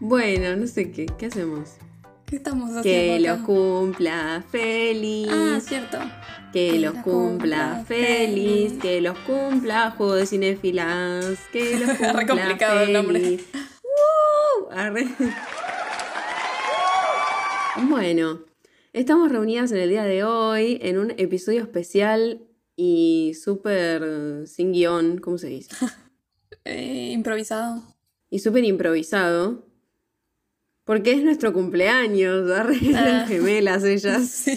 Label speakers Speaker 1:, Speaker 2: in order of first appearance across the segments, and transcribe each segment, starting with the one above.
Speaker 1: Bueno, no sé qué, ¿qué hacemos?
Speaker 2: ¿Qué estamos haciendo?
Speaker 1: Que
Speaker 2: acá?
Speaker 1: lo cumpla feliz.
Speaker 2: Ah, cierto.
Speaker 1: Que
Speaker 2: Que
Speaker 1: los
Speaker 2: los
Speaker 1: cumpla
Speaker 2: cumpla
Speaker 1: feliz,
Speaker 2: feliz.
Speaker 1: que los cumpla juego de cinefilas, que los cumpla
Speaker 2: Re complicado el nombre.
Speaker 1: feliz. ¡Woo! Arre. Bueno, estamos reunidas en el día de hoy en un episodio especial y súper eh, sin guión, ¿cómo se dice?
Speaker 2: Eh, improvisado.
Speaker 1: Y súper improvisado, porque es nuestro cumpleaños, arre,
Speaker 2: Ah.
Speaker 1: eran gemelas ellas.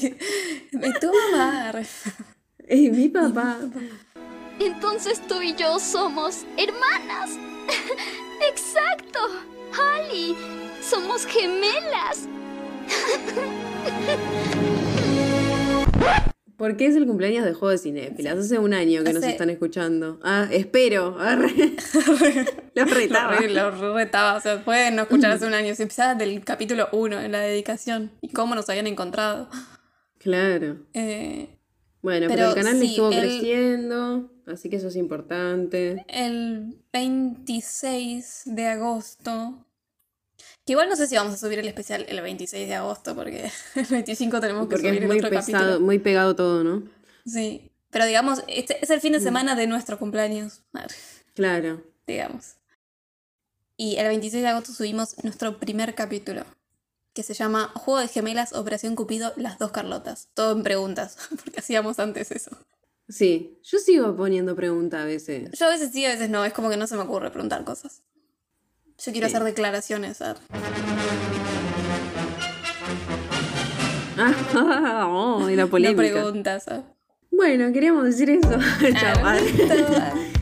Speaker 2: Sí. Y tu mamá. re-
Speaker 1: Y Eh, mi papá.
Speaker 3: Entonces tú y yo somos hermanas. Exacto. Holly, somos gemelas.
Speaker 1: ¿Por qué es el cumpleaños de Juego de Cinéfilas? Hace un año que nos
Speaker 2: Hace-
Speaker 1: están escuchando. Ah, espero. Arre. Los
Speaker 2: Lo,
Speaker 1: retaba.
Speaker 2: re- lo retaba. O sea, pueden no escuchar hace un año. Se empezaba del capítulo 1, en la dedicación. Y cómo nos habían encontrado.
Speaker 1: Claro.
Speaker 2: Eh,
Speaker 1: Bueno, pero,
Speaker 2: Pero
Speaker 1: el canal
Speaker 2: sí,
Speaker 1: estuvo
Speaker 2: el-
Speaker 1: creciendo, así que eso es importante.
Speaker 2: el 26 de agosto. Que igual no sé si vamos a subir el especial el 26 de agosto, porque el 25 tenemos que
Speaker 1: Porque
Speaker 2: subir
Speaker 1: es
Speaker 2: el
Speaker 1: muy
Speaker 2: otro
Speaker 1: pesado,
Speaker 2: capítulo.
Speaker 1: muy pegado todo, ¿no?
Speaker 2: Sí. Pero digamos, este es el fin de
Speaker 1: Mm.
Speaker 2: semana de nuestro cumpleaños.
Speaker 1: Claro.
Speaker 2: digamos. Y el 26 de agosto subimos nuestro primer capítulo, que se llama Juego de Gemelas, Operación Cupido, las dos Carlotas. Todo en preguntas, porque hacíamos antes eso.
Speaker 1: Sí, yo sigo poniendo preguntas a veces.
Speaker 2: Yo a veces sí, a veces no, es como que no se me ocurre preguntar cosas. Yo quiero
Speaker 1: Sí.
Speaker 2: hacer declaraciones. a ver.
Speaker 1: Ah, oh, y la
Speaker 2: No
Speaker 1: polémica.
Speaker 2: preguntas. a ver.
Speaker 1: bueno, queríamos decir eso. Chao,
Speaker 2: Ah,
Speaker 1: arre.
Speaker 2: no,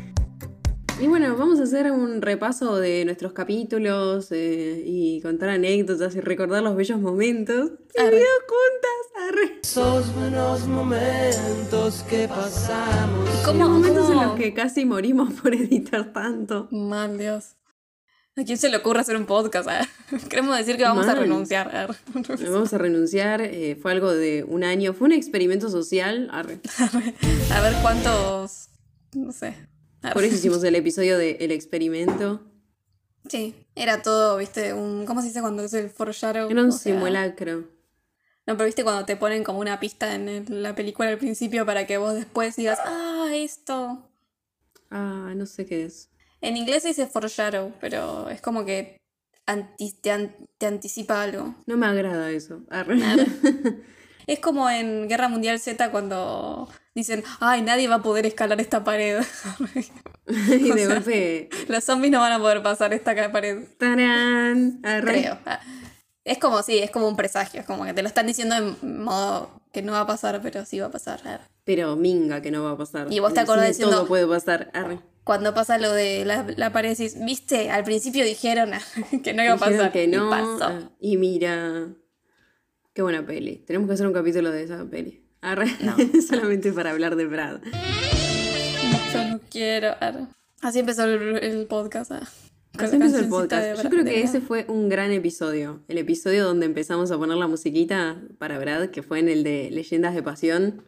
Speaker 1: Y bueno, vamos a hacer un repaso de nuestros capítulos eh, y contar anécdotas y recordar los bellos momentos. Y
Speaker 2: Arre.
Speaker 1: videos juntas, arre.
Speaker 4: Esos buenos momentos que pasamos.
Speaker 2: ¿Cómo,
Speaker 1: Momentos en los
Speaker 2: cómo-
Speaker 1: que casi morimos por editar tanto.
Speaker 2: Mal, Dios. ¿A quién se le ocurre hacer un podcast? a ver? Queremos decir que vamos
Speaker 1: Mal.
Speaker 2: a renunciar. ah. a ver.
Speaker 1: Vamos a renunciar, eh, fue algo de un año, fue un experimento social. arre.
Speaker 2: A ver cuántos. No sé. A
Speaker 1: Por
Speaker 2: ver.
Speaker 1: eso hicimos el episodio de El experimento.
Speaker 2: Sí, era todo, viste, un. ¿Cómo se dice cuando es el foreshadow?
Speaker 1: Era un
Speaker 2: O sea,
Speaker 1: simulacro.
Speaker 2: No, pero viste cuando te ponen como una pista en el- la película al principio para que vos después digas, ah, esto.
Speaker 1: Ah, no sé qué es.
Speaker 2: En inglés se dice foreshadow, pero es como que anti- te, an- te anticipa algo.
Speaker 1: No me agrada eso. arre.
Speaker 2: Es como en Guerra Mundial Z cuando dicen, ay, nadie va a poder escalar esta pared.
Speaker 1: y
Speaker 2: O
Speaker 1: de
Speaker 2: sea-
Speaker 1: golpe.
Speaker 2: Los zombies no van a poder pasar esta ca- pared.
Speaker 1: ¡Tarán! Arre.
Speaker 2: Creo. Ah. Es como, sí, es como un presagio, es como que te lo están diciendo en modo que no va a pasar, pero sí va a pasar. Ah.
Speaker 1: Pero minga que no va a pasar.
Speaker 2: Y vos te
Speaker 1: En el
Speaker 2: acordás
Speaker 1: cine Todo
Speaker 2: diciendo-
Speaker 1: puede pasar. Arre.
Speaker 2: Cuando pasa lo de la, la pared, decís, viste, al principio dijeron ah, que no iba a
Speaker 1: Dijeron
Speaker 2: pasar.
Speaker 1: que no.
Speaker 2: Y pasó.
Speaker 1: ah, Y mira. Qué buena peli. Tenemos que hacer un capítulo de esa peli. Arre. Solamente para hablar de Brad.
Speaker 2: Yo no quiero. ah. Así empezó el, el podcast. ah. Con
Speaker 1: Así
Speaker 2: la
Speaker 1: empezó el
Speaker 2: cancioncita de
Speaker 1: podcast. Yo
Speaker 2: Bra-
Speaker 1: creo
Speaker 2: de
Speaker 1: que
Speaker 2: Bra-
Speaker 1: ese fue un gran episodio. El episodio donde empezamos a poner la musiquita para Brad, que fue en el de Leyendas de Pasión.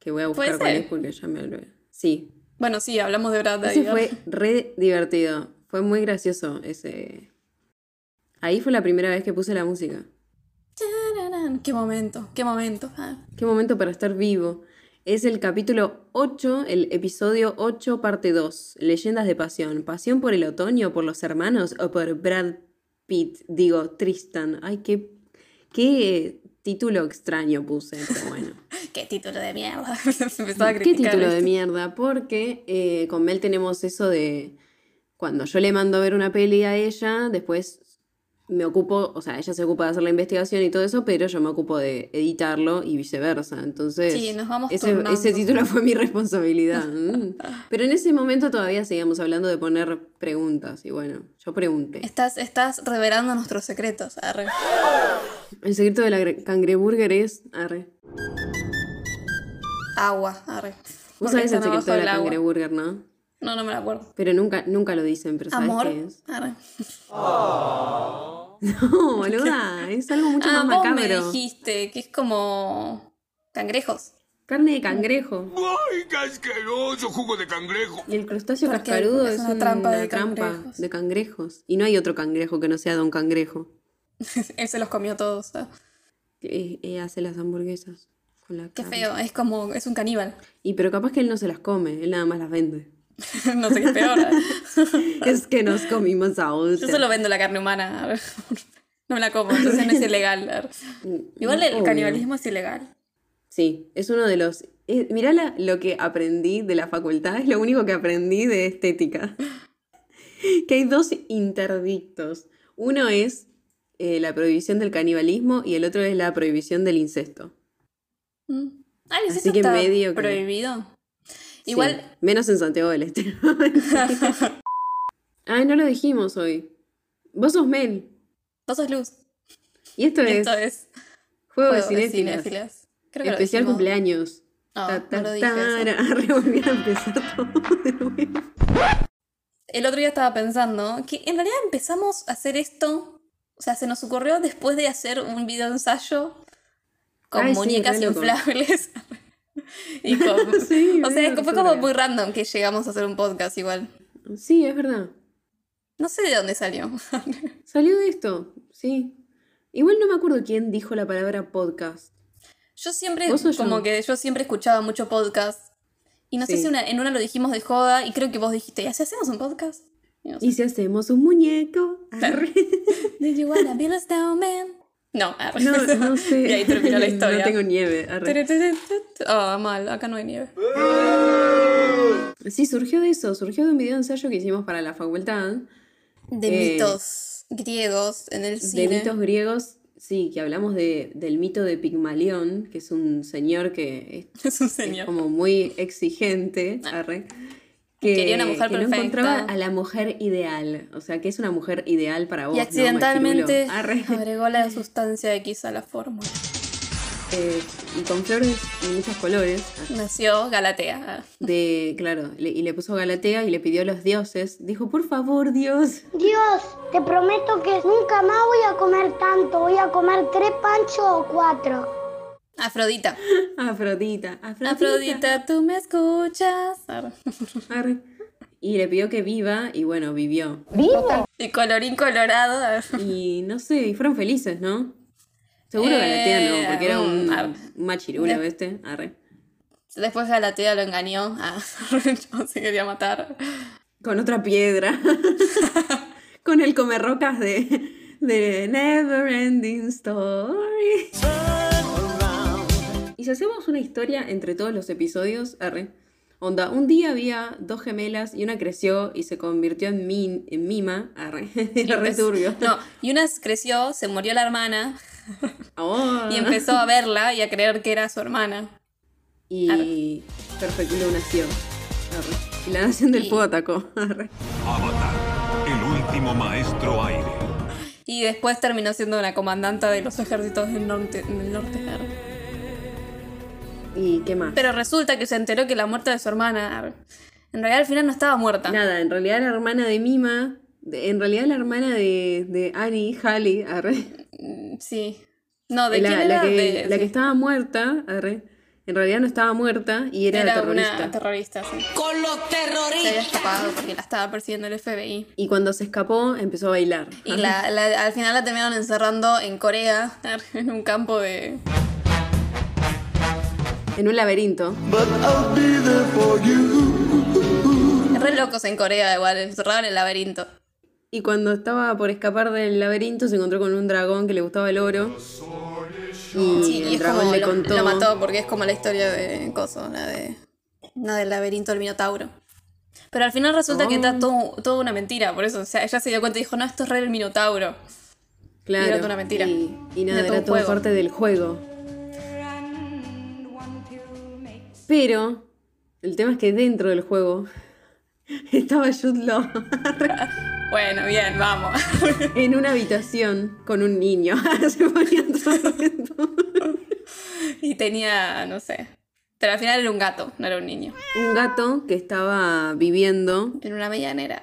Speaker 1: Que voy a buscar
Speaker 2: ¿Puede
Speaker 1: cuál
Speaker 2: ser?
Speaker 1: es porque ya me olvidé. Sí.
Speaker 2: Bueno, sí, hablamos de Brad.
Speaker 1: Ese
Speaker 2: ahí, ah.
Speaker 1: fue re divertido. Fue muy gracioso ese. Ahí fue la primera vez que puse la música.
Speaker 2: Tararán, Qué momento, qué momento. ah.
Speaker 1: Qué momento para estar vivo. Es el capítulo 8, el episodio 8, parte 2. Leyendas de pasión. Pasión por el otoño, por los hermanos o por Brad Pitt. Digo, Tristan. Ay, qué, qué título extraño puse, pero bueno.
Speaker 2: Qué título de mierda. Empezaba a
Speaker 1: ¿Qué
Speaker 2: criticar.
Speaker 1: título
Speaker 2: ¿viste?
Speaker 1: de mierda? Porque eh, con Mel tenemos eso de cuando yo le mando a ver una peli a ella, después me ocupo, o sea, ella se ocupa de hacer la investigación y todo eso, pero yo me ocupo de editarlo y viceversa. Entonces,
Speaker 2: Sí, nos vamos
Speaker 1: ese,
Speaker 2: turnando.
Speaker 1: ese título fue mi responsabilidad. Mm. Pero en ese momento todavía seguíamos hablando de poner preguntas y bueno, yo pregunté.
Speaker 2: Estás, estás revelando nuestros secretos. arre.
Speaker 1: El secreto de la gre- cangreburger es... Arre.
Speaker 2: Agua, arre.
Speaker 1: Vos
Speaker 2: Porque
Speaker 1: sabés el
Speaker 2: están abajo
Speaker 1: secreto de
Speaker 2: del
Speaker 1: la
Speaker 2: agua.
Speaker 1: cangreburger, ¿no?
Speaker 2: No, no me la acuerdo.
Speaker 1: Pero nunca, nunca lo dicen, pero ¿sabés
Speaker 2: Amor.
Speaker 1: qué es?
Speaker 2: Arre.
Speaker 1: No, boluda, es algo mucho
Speaker 2: Ah,
Speaker 1: más
Speaker 2: vos
Speaker 1: macabro.
Speaker 2: me dijiste que es como cangrejos.
Speaker 1: Carne de cangrejo.
Speaker 5: ¡Ay, qué asqueroso jugo de cangrejo!
Speaker 1: Y el crustáceo
Speaker 2: Porque
Speaker 1: cascarudo
Speaker 2: es
Speaker 1: es
Speaker 2: una
Speaker 1: una,
Speaker 2: trampa de
Speaker 1: trampa
Speaker 2: cangrejos.
Speaker 1: de cangrejos. Y no hay otro cangrejo que no sea Don Cangrejo.
Speaker 2: Él se los comió todos. Ah, ¿sabes?
Speaker 1: Que, eh, eh, hace las hamburguesas con la
Speaker 2: Qué
Speaker 1: carne.
Speaker 2: feo, es como, es un caníbal.
Speaker 1: Y pero capaz que él no se las come, él nada más las vende.
Speaker 2: no sé qué es peor.
Speaker 1: es que nos comimos a
Speaker 2: Yo
Speaker 1: otro.
Speaker 2: solo vendo la carne humana. No me la como, entonces no es ilegal. Igual el
Speaker 1: Obvio.
Speaker 2: canibalismo es ilegal.
Speaker 1: Sí, es uno de los... eh, mirá la- lo que aprendí de la facultad, es lo único que aprendí de estética. que hay dos interdictos. Uno es eh, la prohibición del canibalismo y el otro es la prohibición del incesto.
Speaker 2: Mm. Ah, ¿no es
Speaker 1: Así
Speaker 2: eso
Speaker 1: que
Speaker 2: está
Speaker 1: medio que-
Speaker 2: prohibido?
Speaker 1: Sí,
Speaker 2: Igual,
Speaker 1: menos en Santiago del Este. Ay, no lo dijimos hoy. Vos sos Mel.
Speaker 2: vos sos luz.
Speaker 1: Y esto,
Speaker 2: Y
Speaker 1: es,
Speaker 2: esto es
Speaker 1: Juego de
Speaker 2: Juego de
Speaker 1: Cinéfilas.
Speaker 2: Cinéfilas. Creo que lo
Speaker 1: Especial
Speaker 2: dijimos. Ah,
Speaker 1: cumpleaños.
Speaker 2: No,
Speaker 1: Ta, ta,
Speaker 2: no lo dije eso.
Speaker 1: tara. Re volví a empezar todo de nuevo.
Speaker 2: El otro día estaba pensando que en realidad empezamos a hacer esto, o sea, se nos ocurrió después de hacer un video ensayo con
Speaker 1: Ay, sí,
Speaker 2: muñecas
Speaker 1: re loco.
Speaker 2: inflables. y con-
Speaker 1: Sí,
Speaker 2: o sea,
Speaker 1: medio
Speaker 2: es que fue como
Speaker 1: absurdo.
Speaker 2: muy random que llegamos a hacer un podcast igual.
Speaker 1: Sí, es verdad.
Speaker 2: No sé de dónde salió.
Speaker 1: Salió de esto, sí. Igual no me acuerdo quién dijo la palabra podcast.
Speaker 2: Yo siempre,
Speaker 1: ¿Vos o yo?
Speaker 2: como que yo siempre escuchaba mucho podcast. Y no sé
Speaker 1: Sí.
Speaker 2: si una- en una lo dijimos de joda, y creo que vos dijiste, ¿y así hacemos un podcast? Y no sé.
Speaker 1: ¿Y si hacemos un muñeco? Ah, Arre.
Speaker 2: Do you wanna be a snowman? No, arre.
Speaker 1: No, no sé.
Speaker 2: y ahí terminó la historia.
Speaker 1: No tengo nieve. arre.
Speaker 2: Oh, mal, acá no hay nieve.
Speaker 1: Sí, surgió de eso. Surgió de un video ensayo que hicimos para la facultad.
Speaker 2: De
Speaker 1: Eh,
Speaker 2: mitos griegos en el cine.
Speaker 1: de mitos griegos. Sí, que hablamos de, del mito de Pigmalión, que es un señor que es
Speaker 2: Es un
Speaker 1: es
Speaker 2: señor.
Speaker 1: como muy exigente, arre, que,
Speaker 2: Ah. Quería una mujer
Speaker 1: que no
Speaker 2: perfecta.
Speaker 1: encontraba a la mujer ideal, o sea, que es una mujer ideal para vos.
Speaker 2: Y
Speaker 1: ¿no,
Speaker 2: accidentalmente
Speaker 1: machirulo? Arre.
Speaker 2: agregó la sustancia X a la fórmula.
Speaker 1: Eh, y con flores y muchos colores,
Speaker 2: Nació Galatea.
Speaker 1: de, claro, le- y le puso Galatea y le pidió a los dioses, dijo, por favor, Dios,
Speaker 6: Dios, te prometo que nunca más voy a comer tanto. Voy a comer tres panchos o cuatro.
Speaker 2: Afrodita.
Speaker 1: Afrodita, Afrodita.
Speaker 2: Afrodita, tú me escuchas. Arre.
Speaker 1: Arre. Y le pidió que viva y bueno, vivió.
Speaker 2: Y colorín colorado. arre.
Speaker 1: Y no sé, y fueron felices, ¿no? Seguro
Speaker 2: Eh, mm,
Speaker 1: Galatea no, porque era un,
Speaker 2: arre.
Speaker 1: un machirulo este, arre.
Speaker 2: Después Galatea lo engañó. Ah, yo se quería matar.
Speaker 1: Con otra piedra. Con el comerrocas de, de Never Ending Story. Y si hacemos una historia entre todos los episodios, arre. Onda, un día había dos gemelas y una creció y se convirtió en, min- en Mima, arre. Era re turbio.
Speaker 2: No, y una creció, se murió la hermana
Speaker 1: Oh.
Speaker 2: y empezó a verla y a creer que era su hermana.
Speaker 1: Y perfecto, nació. Arre. Y la nación del
Speaker 2: Y-
Speaker 1: fuego atacó. Arre.
Speaker 5: Avatar, el último maestro aire.
Speaker 2: Y después terminó siendo una comandante de los ejércitos del norte. Del norte ar.
Speaker 1: ¿Y qué más?
Speaker 2: Pero resulta que se enteró que la muerte de su hermana. ar, En realidad al final no estaba muerta.
Speaker 1: Nada, en realidad la hermana de Mima, de- en realidad la hermana de, de Annie, Halle, arre,
Speaker 2: Mm, Sí. No, ¿de quién
Speaker 1: la, la
Speaker 2: era?
Speaker 1: que,
Speaker 2: De-
Speaker 1: la
Speaker 2: sí.
Speaker 1: que estaba muerta, arre, en realidad no estaba muerta y era,
Speaker 2: Era
Speaker 1: terrorista.
Speaker 2: una terrorista, sí.
Speaker 4: Con los
Speaker 2: Se había
Speaker 4: terroristas.
Speaker 2: escapado porque la estaba persiguiendo el FBI.
Speaker 1: y cuando se escapó empezó a bailar.
Speaker 2: Y la, la- al final la terminaron encerrando en Corea, ar, en un campo de...
Speaker 1: En un laberinto.
Speaker 2: Re locos en Corea igual, encerraban en el laberinto.
Speaker 1: Y cuando estaba por escapar del laberinto se encontró con un dragón que le gustaba el oro. Y
Speaker 2: Sí, y
Speaker 1: el
Speaker 2: es
Speaker 1: dragón
Speaker 2: como
Speaker 1: le
Speaker 2: lo,
Speaker 1: contó.
Speaker 2: lo mató porque es como la historia de Coso, la de la del laberinto del Minotauro. Pero al final resulta que
Speaker 1: Oh.
Speaker 2: está todo, todo una mentira, por eso, o sea, ella se dio cuenta y dijo, no, esto es re el Minotauro.
Speaker 1: Claro.
Speaker 2: era toda una mentira.
Speaker 1: Y, y nada, era,
Speaker 2: Era todo un
Speaker 1: todo
Speaker 2: juego.
Speaker 1: parte del juego. Pero el tema es que dentro del juego estaba Jude Law
Speaker 2: Bueno, bien, vamos.
Speaker 1: en una habitación con un niño. Se ponían todo esto.
Speaker 2: y tenía, no sé. Pero al final era un gato, no era un niño.
Speaker 1: Un gato que estaba viviendo.
Speaker 2: Era una medianera.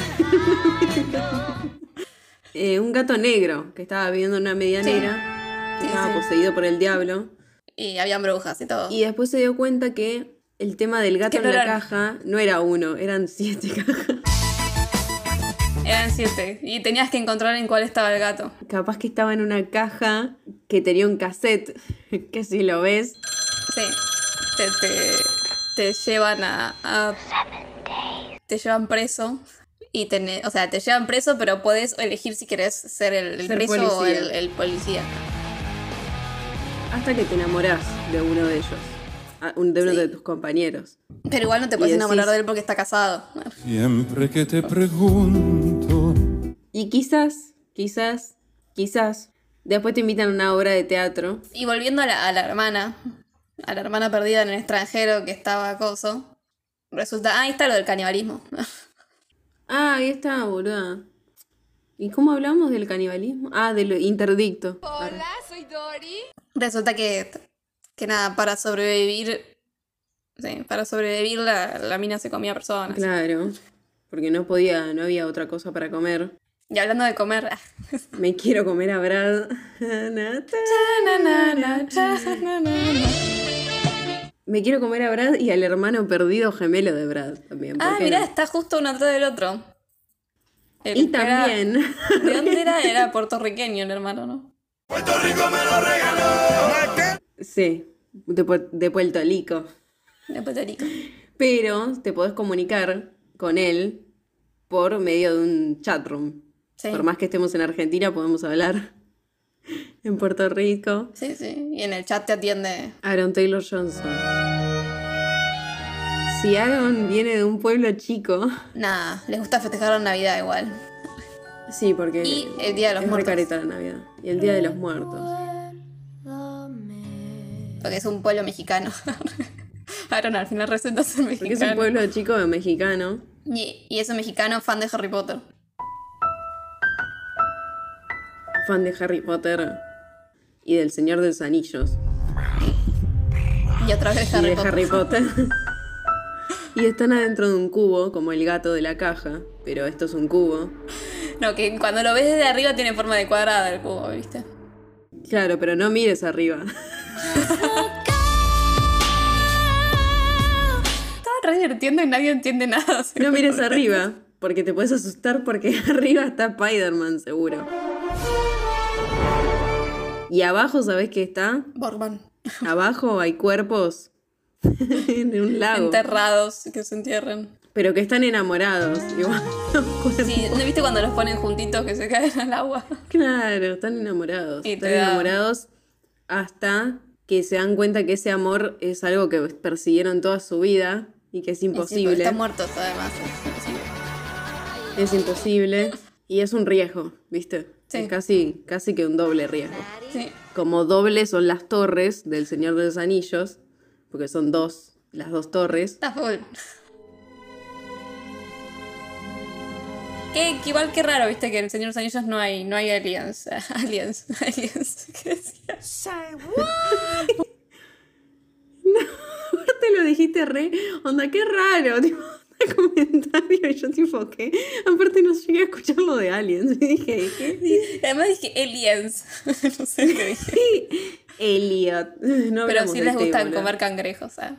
Speaker 1: eh, un gato negro que estaba viviendo en una medianera. que
Speaker 2: Sí,
Speaker 1: estaba
Speaker 2: sí.
Speaker 1: poseído por el diablo.
Speaker 2: Y habían brujas y todo.
Speaker 1: Y después se dio cuenta que el tema del gato
Speaker 2: Que no
Speaker 1: en la
Speaker 2: eran-
Speaker 1: caja no era uno, eran siete cajas.
Speaker 2: Eran siete. Y tenías que encontrar en cuál estaba el gato.
Speaker 1: Capaz que estaba en una caja que tenía un cassette, que si lo ves,
Speaker 2: Sí. Te, te, te llevan a, a- Te llevan preso. Y tenés, o sea, te llevan preso, pero puedes elegir si querés ser el, el
Speaker 1: Ser
Speaker 2: preso o
Speaker 1: policía.
Speaker 2: el, el policía.
Speaker 1: hasta que te enamorás de uno de ellos, a- un- de uno
Speaker 2: Sí.
Speaker 1: de tus compañeros.
Speaker 2: Pero igual no te puedes
Speaker 1: decís-
Speaker 2: enamorar de él porque está casado.
Speaker 7: Siempre que te pregunto,
Speaker 1: Y quizás, quizás, quizás, después te invitan a una obra de teatro.
Speaker 2: Y volviendo a la, a la hermana, a la hermana perdida en el extranjero que estaba acoso, resulta, ah, ahí está lo del canibalismo.
Speaker 1: Ah, ahí está, boluda. ¿Y cómo hablamos del canibalismo? Ah, del interdicto. Arre.
Speaker 2: resulta que, que nada, para sobrevivir, sí, para sobrevivir la, la mina se comía personas.
Speaker 1: Claro, porque no podía, no había otra cosa para comer.
Speaker 2: Y hablando de comer, ah,
Speaker 1: Me quiero comer a Brad. Na, ta. Me quiero comer a Brad y al hermano perdido gemelo de Brad también. ¿por
Speaker 2: ah,
Speaker 1: qué
Speaker 2: mirá,
Speaker 1: no?
Speaker 2: está justo uno atrás del otro. El
Speaker 1: Y
Speaker 2: que era-
Speaker 1: también.
Speaker 2: ¿De dónde era? Era puertorriqueño el hermano, ¿no?
Speaker 1: Sí, de, Pu- de Puerto Rico.
Speaker 2: De Puerto Rico.
Speaker 1: Pero te podés comunicar con él por medio de un chatroom.
Speaker 2: Sí.
Speaker 1: Por más que estemos en Argentina, podemos hablar. En Puerto Rico.
Speaker 2: Sí, sí. Y en el chat te atiende.
Speaker 1: Aaron Taylor Johnson. Si Aaron viene de un pueblo chico.
Speaker 2: Nada, les gusta festejar la Navidad igual.
Speaker 1: Sí, porque.
Speaker 2: Y el Día de los
Speaker 1: es re
Speaker 2: Muertos.
Speaker 1: careta la Navidad. Y el Día de los Muertos.
Speaker 2: Porque es un pueblo mexicano. Aaron al final resulta ser mexicano.
Speaker 1: Porque es un pueblo chico mexicano.
Speaker 2: Y, y es un mexicano fan de Harry Potter.
Speaker 1: Fan de Harry Potter. Y del Señor de los Anillos.
Speaker 2: Y otra vez
Speaker 1: y
Speaker 2: Harry
Speaker 1: de
Speaker 2: Potter.
Speaker 1: Harry Potter. y están adentro de un cubo, como el gato de la caja, pero esto es un cubo.
Speaker 2: No, que cuando lo ves desde arriba tiene forma de cuadrada el cubo, ¿viste?
Speaker 1: Claro, pero no mires arriba.
Speaker 2: Estaba re divirtiendo y nadie entiende nada.
Speaker 1: No mires arriba, porque te puedes asustar porque arriba está Spider-Man seguro. Y abajo, ¿sabés qué está?
Speaker 2: Borman.
Speaker 1: Abajo hay cuerpos en un lago,
Speaker 2: Enterrados, que se entierren.
Speaker 1: pero que están enamorados. Igual los cuerpos.
Speaker 2: Sí, ¿no viste cuando los ponen juntitos que se caen al agua?
Speaker 1: Claro, están enamorados.
Speaker 2: Y te
Speaker 1: están
Speaker 2: da-
Speaker 1: enamorados hasta que se dan cuenta que ese amor es algo que persiguieron toda su vida y que es
Speaker 2: Sí, porque
Speaker 1: imposible.
Speaker 2: Están muertos, además. Sí.
Speaker 1: es imposible y es un riesgo, ¿viste?
Speaker 2: Sí.
Speaker 1: Es casi, casi que un doble riesgo.
Speaker 2: Sí.
Speaker 1: Como doble son las torres del Señor de los Anillos, porque son dos, las dos torres.
Speaker 2: Está full. Que, que igual que raro, viste, que en el Señor de los Anillos no hay, no hay aliens. Aliens. Aliens. ¿Qué decía?
Speaker 1: Aparte lo dijiste re, onda, qué raro, tipo, el comentario y yo tipo, ¿qué? Aparte no llegué a escuchar lo de Aliens y dije, ¿qué?
Speaker 2: Y Además dije aliens. no sé qué dije.
Speaker 1: Elliot. No hablamos
Speaker 2: Pero
Speaker 1: este,
Speaker 2: sí
Speaker 1: del
Speaker 2: les gusta
Speaker 1: tema, ¿no?
Speaker 2: comer cangrejos, ¿ah? ¿sabes?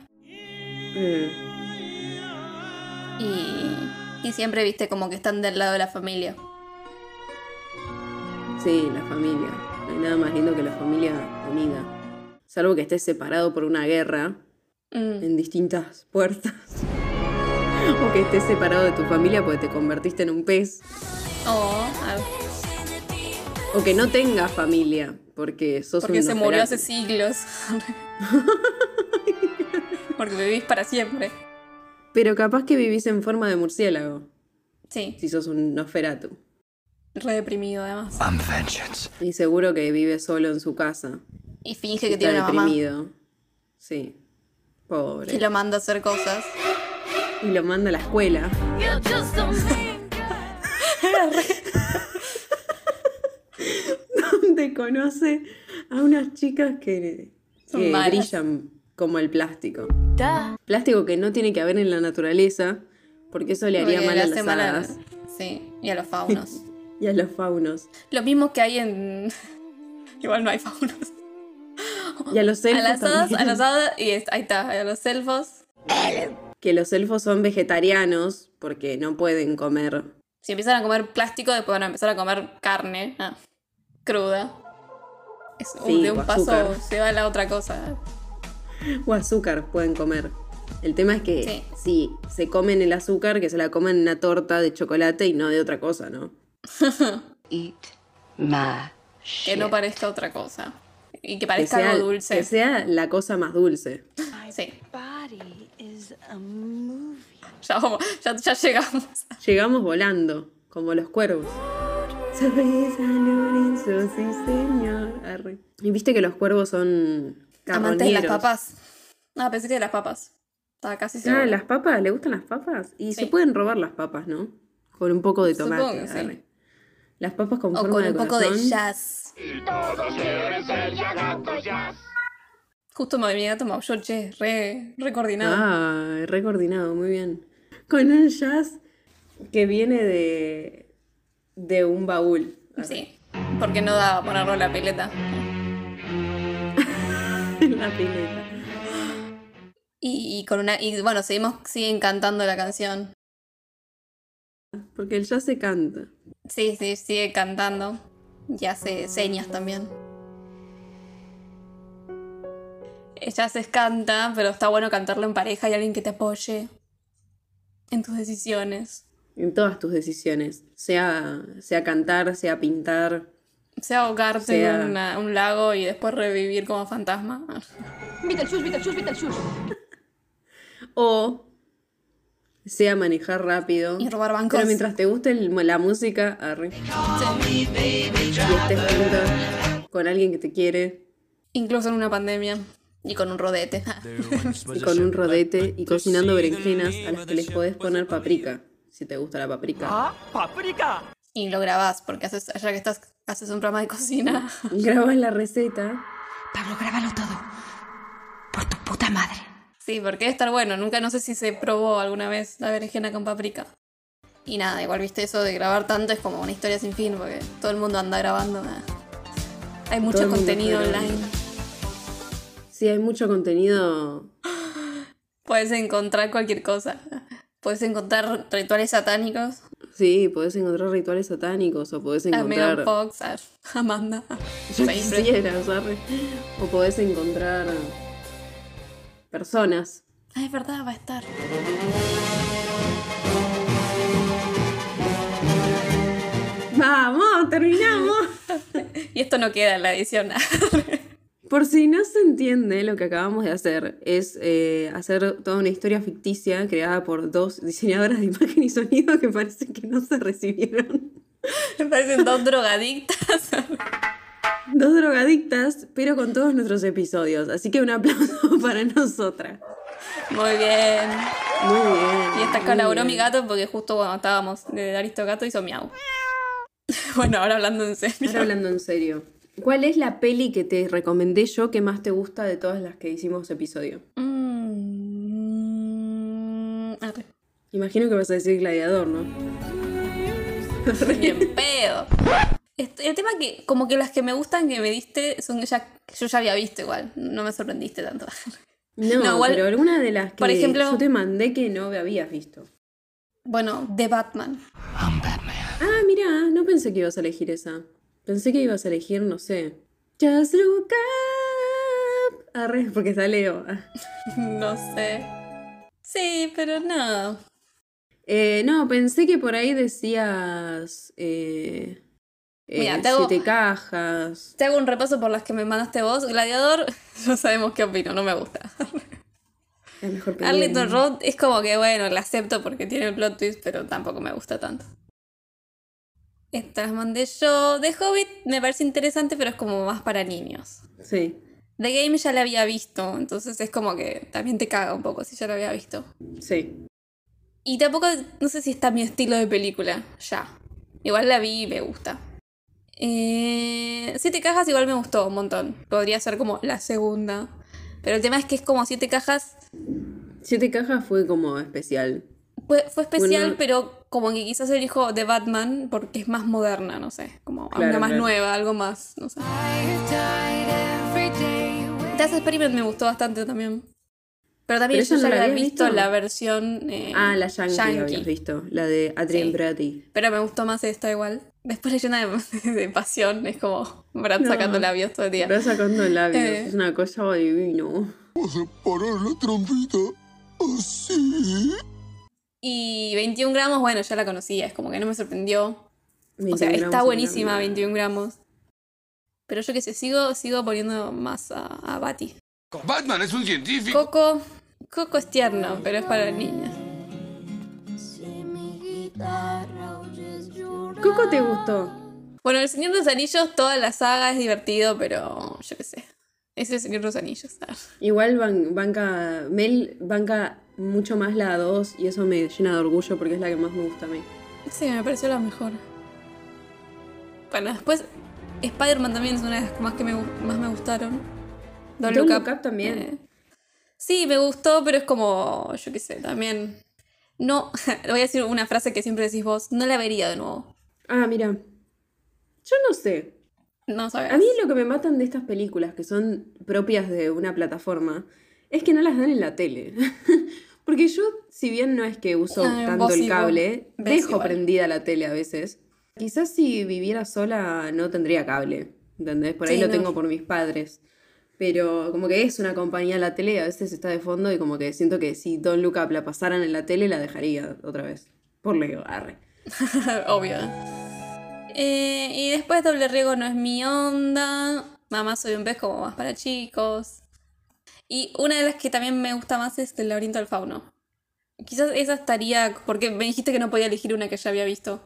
Speaker 1: Mm.
Speaker 2: Y, y siempre, viste, como que están del lado de la familia.
Speaker 1: Sí, la familia. No hay nada más lindo que la familia unida. Salvo que estés separado por una guerra
Speaker 2: Mm.
Speaker 1: en distintas puertas. O que estés separado de tu familia porque te convertiste en un pez.
Speaker 2: Oh, ah,
Speaker 1: O que no tengas familia porque sos
Speaker 2: porque
Speaker 1: un
Speaker 2: se murió
Speaker 1: Nosferatu.
Speaker 2: hace siglos. porque vivís para siempre.
Speaker 1: Pero capaz que vivís en forma de murciélago
Speaker 2: Sí,
Speaker 1: si sos un Nosferatu.
Speaker 2: re deprimido además.
Speaker 1: Y seguro que vive solo en su casa.
Speaker 2: Y finge que
Speaker 1: Está
Speaker 2: tiene una mamá.
Speaker 1: deprimido. Sí. Pobre.
Speaker 2: Y lo manda a hacer cosas.
Speaker 1: y lo manda a la escuela. donde conoce a unas chicas que,
Speaker 2: Son
Speaker 1: que
Speaker 2: malas.
Speaker 1: brillan como el plástico. Plástico que no tiene que haber en la naturaleza, porque eso le haría
Speaker 2: Porque
Speaker 1: mal
Speaker 2: la
Speaker 1: a las
Speaker 2: semana-
Speaker 1: hadas
Speaker 2: Sí, y a los faunos.
Speaker 1: y a los faunos.
Speaker 2: lo mismo que hay en. Igual no hay faunos.
Speaker 1: Y a los
Speaker 2: A
Speaker 1: elfos.
Speaker 2: las hadas, a
Speaker 1: también.
Speaker 2: las hadas, y es- ahí está, a los elfos.
Speaker 1: Que los elfos son vegetarianos porque no pueden comer.
Speaker 2: Si empiezan a comer plástico, después van a empezar a comer carne ah, cruda. Es un-
Speaker 1: Sí,
Speaker 2: de
Speaker 1: o
Speaker 2: un paso
Speaker 1: azúcar.
Speaker 2: se va a la otra cosa.
Speaker 1: O azúcar pueden comer. El tema es que
Speaker 2: Sí.
Speaker 1: si se comen el azúcar, que se la comen en una torta de chocolate y no de otra cosa, ¿no?
Speaker 8: Eat my
Speaker 2: Que
Speaker 8: shit.
Speaker 2: no parezca otra cosa. Y que
Speaker 1: Que
Speaker 2: parezca
Speaker 1: sea,
Speaker 2: algo dulce.
Speaker 1: que sea la cosa más dulce.
Speaker 2: Sí,
Speaker 8: body is a movie.
Speaker 2: ya, vamos, ya, ya llegamos.
Speaker 1: Llegamos volando, como los cuervos. Sorpresa, Lorenzo, sí señor. Arre. Y viste que los cuervos son carroñeros.
Speaker 2: Amantes de las papas. Ah, pensé que de las papas. Estaba casi segura.
Speaker 1: Ah, las papas, ¿le gustan las papas? Y se
Speaker 2: Sí.
Speaker 1: pueden robar las papas, ¿no? Con un poco de
Speaker 2: Supongo
Speaker 1: tomate.
Speaker 2: que sí.
Speaker 1: arre. Las papas con
Speaker 2: O
Speaker 1: forma
Speaker 2: con
Speaker 1: de
Speaker 2: un poco
Speaker 1: corazón.
Speaker 2: de jazz. Justo me venía gato maulló, che, re, re coordinado.
Speaker 1: Ah, recoordinado, muy bien. Con un jazz que viene de, de un baúl.
Speaker 2: sí, porque no daba ponerlo en la pileta.
Speaker 1: En la pileta.
Speaker 2: Y, y con una y bueno, seguimos, siguen cantando la canción.
Speaker 1: Porque el jazz se canta.
Speaker 2: Sí, sí, sigue cantando. Y hace señas también. Ella se canta, pero está bueno cantarlo en pareja y alguien que te apoye en tus decisiones.
Speaker 1: En todas tus decisiones. Sea, sea cantar, sea pintar.
Speaker 2: Sea ahogarte
Speaker 1: Sea-
Speaker 2: en una- un lago y después revivir como fantasma.
Speaker 1: O sea manejar rápido.
Speaker 2: Y robar bancos.
Speaker 1: Pero mientras te guste el- la música, arre.
Speaker 2: Sí.
Speaker 1: Y estés junto con alguien que te quiere.
Speaker 2: Incluso en una pandemia. Y con un rodete.
Speaker 1: Y con un rodete y cocinando berenjenas a las que les podés poner paprika. Si te gusta la paprika.
Speaker 2: Ah. Y lo grabás, porque haces, allá que estás, haces un programa de cocina.
Speaker 1: Grabas la receta.
Speaker 8: Pablo, grábalo todo. Por tu puta madre.
Speaker 2: Sí, porque debe estar bueno. Nunca no sé si se probó alguna vez la berenjena con paprika. Y nada, igual viste eso de grabar tanto es como una historia sin fin, porque todo el mundo anda grabando. nada. Hay
Speaker 1: Todo
Speaker 2: mucho
Speaker 1: el mundo
Speaker 2: contenido
Speaker 1: está grabando.
Speaker 2: online.
Speaker 1: Sí, hay mucho contenido.
Speaker 2: Puedes encontrar cualquier cosa. Puedes encontrar rituales satánicos.
Speaker 1: Sí, podés encontrar rituales satánicos o podés
Speaker 2: A Megan
Speaker 1: encontrar.
Speaker 2: Fox, a Amanda.
Speaker 1: Yo
Speaker 2: Siempre.
Speaker 1: quisiera, ¿sabes? O podés encontrar personas.
Speaker 2: Ah, es verdad, va a estar.
Speaker 1: ¡Vamos! ¡Terminamos!
Speaker 2: Y esto no queda en la edición.
Speaker 1: Por si no se entiende, lo que acabamos de hacer es eh, hacer toda una historia ficticia creada por dos diseñadoras de imagen y sonido que parece que no se recibieron.
Speaker 2: Me parecen dos drogadictas.
Speaker 1: Dos drogadictas, pero con todos nuestros episodios. Así que un aplauso para nosotras.
Speaker 2: Muy bien.
Speaker 1: Muy bien.
Speaker 2: Y esta
Speaker 1: muy
Speaker 2: colaboró mi
Speaker 1: bien.
Speaker 2: gato porque justo cuando estábamos de Aristogato hizo miau. Bueno, ahora hablando en serio.
Speaker 1: Ahora hablando en serio. ¿Cuál es la peli que te recomendé yo que más te gusta de todas las que hicimos episodio?
Speaker 2: Mm, arre.
Speaker 1: Imagino que vas a decir Gladiador, ¿no?
Speaker 2: Ni en pedo. Este- El tema que, como que las que me gustan que me diste son que ya, yo ya había visto igual. No me sorprendiste tanto.
Speaker 1: No,
Speaker 2: No, igual-
Speaker 1: pero alguna de las que
Speaker 2: por ejemplo-
Speaker 1: yo te mandé que no habías visto.
Speaker 2: Bueno, The Batman.
Speaker 1: Ah, mira, no pensé que ibas a elegir esa. Pensé que ibas a elegir, no sé. Just look up. Arre, porque sale.
Speaker 2: No sé. Sí, pero no.
Speaker 1: Eh, no, pensé que por ahí decías. Eh, eh,
Speaker 2: Mira, te hago-
Speaker 1: Siete cajas.
Speaker 2: Te hago un repaso por las que me mandaste vos. Gladiador, no sabemos qué opino, no me gusta.
Speaker 1: La mejor peli del
Speaker 2: Arlington
Speaker 1: mundo.
Speaker 2: Road es como que, bueno, la acepto porque tiene el plot twist, pero tampoco me gusta tanto. Estas mandé yo. The Hobbit me parece interesante, pero es como más para niños.
Speaker 1: Sí.
Speaker 2: The Game ya la había visto, entonces es como que también te caga un poco si ya la había visto.
Speaker 1: Sí.
Speaker 2: Y tampoco, no sé si está mi estilo de película, ya. Igual la vi y me gusta. Eh, siete cajas igual me gustó un montón. Podría ser como la segunda. Pero el tema es que es como siete cajas.
Speaker 1: Siete cajas fue como especial.
Speaker 2: Fue, fue especial,
Speaker 1: Bueno.
Speaker 2: pero como que quizás elijo de Batman porque es más moderna, no sé. Como
Speaker 1: Claro,
Speaker 2: una más
Speaker 1: claro.
Speaker 2: nueva, algo más, no sé. Class Experiment me gustó bastante también. Pero también
Speaker 1: ¿Pero
Speaker 2: yo
Speaker 1: esa
Speaker 2: ya
Speaker 1: no la
Speaker 2: había
Speaker 1: habías
Speaker 2: visto,
Speaker 1: visto?
Speaker 2: la versión. eh,
Speaker 1: Ah, la Yankee, la habías visto. La de Adrien
Speaker 2: Sí.
Speaker 1: Brody.
Speaker 2: Pero me gustó más esta igual. Después leyenda de, de pasión es como Brad
Speaker 1: No.
Speaker 2: sacando labios todo el día.
Speaker 1: Rosa con dos labios.
Speaker 2: Eh.
Speaker 1: Es una cosa divino.
Speaker 2: Y 21 gramos, bueno, ya la conocía, es como que no me sorprendió. O
Speaker 1: 21
Speaker 2: sea,
Speaker 1: gramos en
Speaker 2: está
Speaker 1: la
Speaker 2: buenísima
Speaker 1: mano.
Speaker 2: 21 gramos. Pero yo qué sé, sigo, sigo poniendo más a, a Bati.
Speaker 5: Batman es un científico.
Speaker 2: Coco, Coco es tierno, pero es para niñas.
Speaker 1: Coco te gustó.
Speaker 2: Bueno, El Señor de los Anillos, toda la saga es divertido, pero yo qué sé. Es El Señor de los Anillos. ah.
Speaker 1: Igual ban- banca. Mel banca mucho más la 2 y eso me llena de orgullo porque es la que más me gusta a mí.
Speaker 2: Sí, me pareció la mejor. Bueno, después Spider-Man también es una de las más que me, gu- más me gustaron. Don
Speaker 1: Don't Look Up también.
Speaker 2: sí, me gustó, pero es como, yo qué sé, también... No, voy a decir una frase que siempre decís vos, no la vería de nuevo.
Speaker 1: Ah, mira. Yo no sé.
Speaker 2: No sabes.
Speaker 1: A mí lo que me matan de estas películas que son propias de una plataforma es que no las dan en la tele. Porque yo, si bien no es que uso
Speaker 2: Ah,
Speaker 1: tanto
Speaker 2: vos
Speaker 1: el
Speaker 2: igual.
Speaker 1: cable,
Speaker 2: Ves
Speaker 1: dejo
Speaker 2: igual.
Speaker 1: prendida la tele a veces. Quizás si viviera sola no tendría cable, ¿entendés? Por ahí
Speaker 2: Sí,
Speaker 1: lo
Speaker 2: no.
Speaker 1: tengo por mis padres. Pero como que es una compañía la tele, a veces está de fondo y como que siento que si Don Luca la pasaran en la tele la dejaría otra vez. Por Leo, arre.
Speaker 2: Obvio. Eh, y después Doble Riego no es mi onda. Mamá soy un pez como más para chicos. Y una de las que también me gusta más es El laberinto del fauno. Quizás esa estaría, porque me dijiste que no podía elegir una que ya había visto.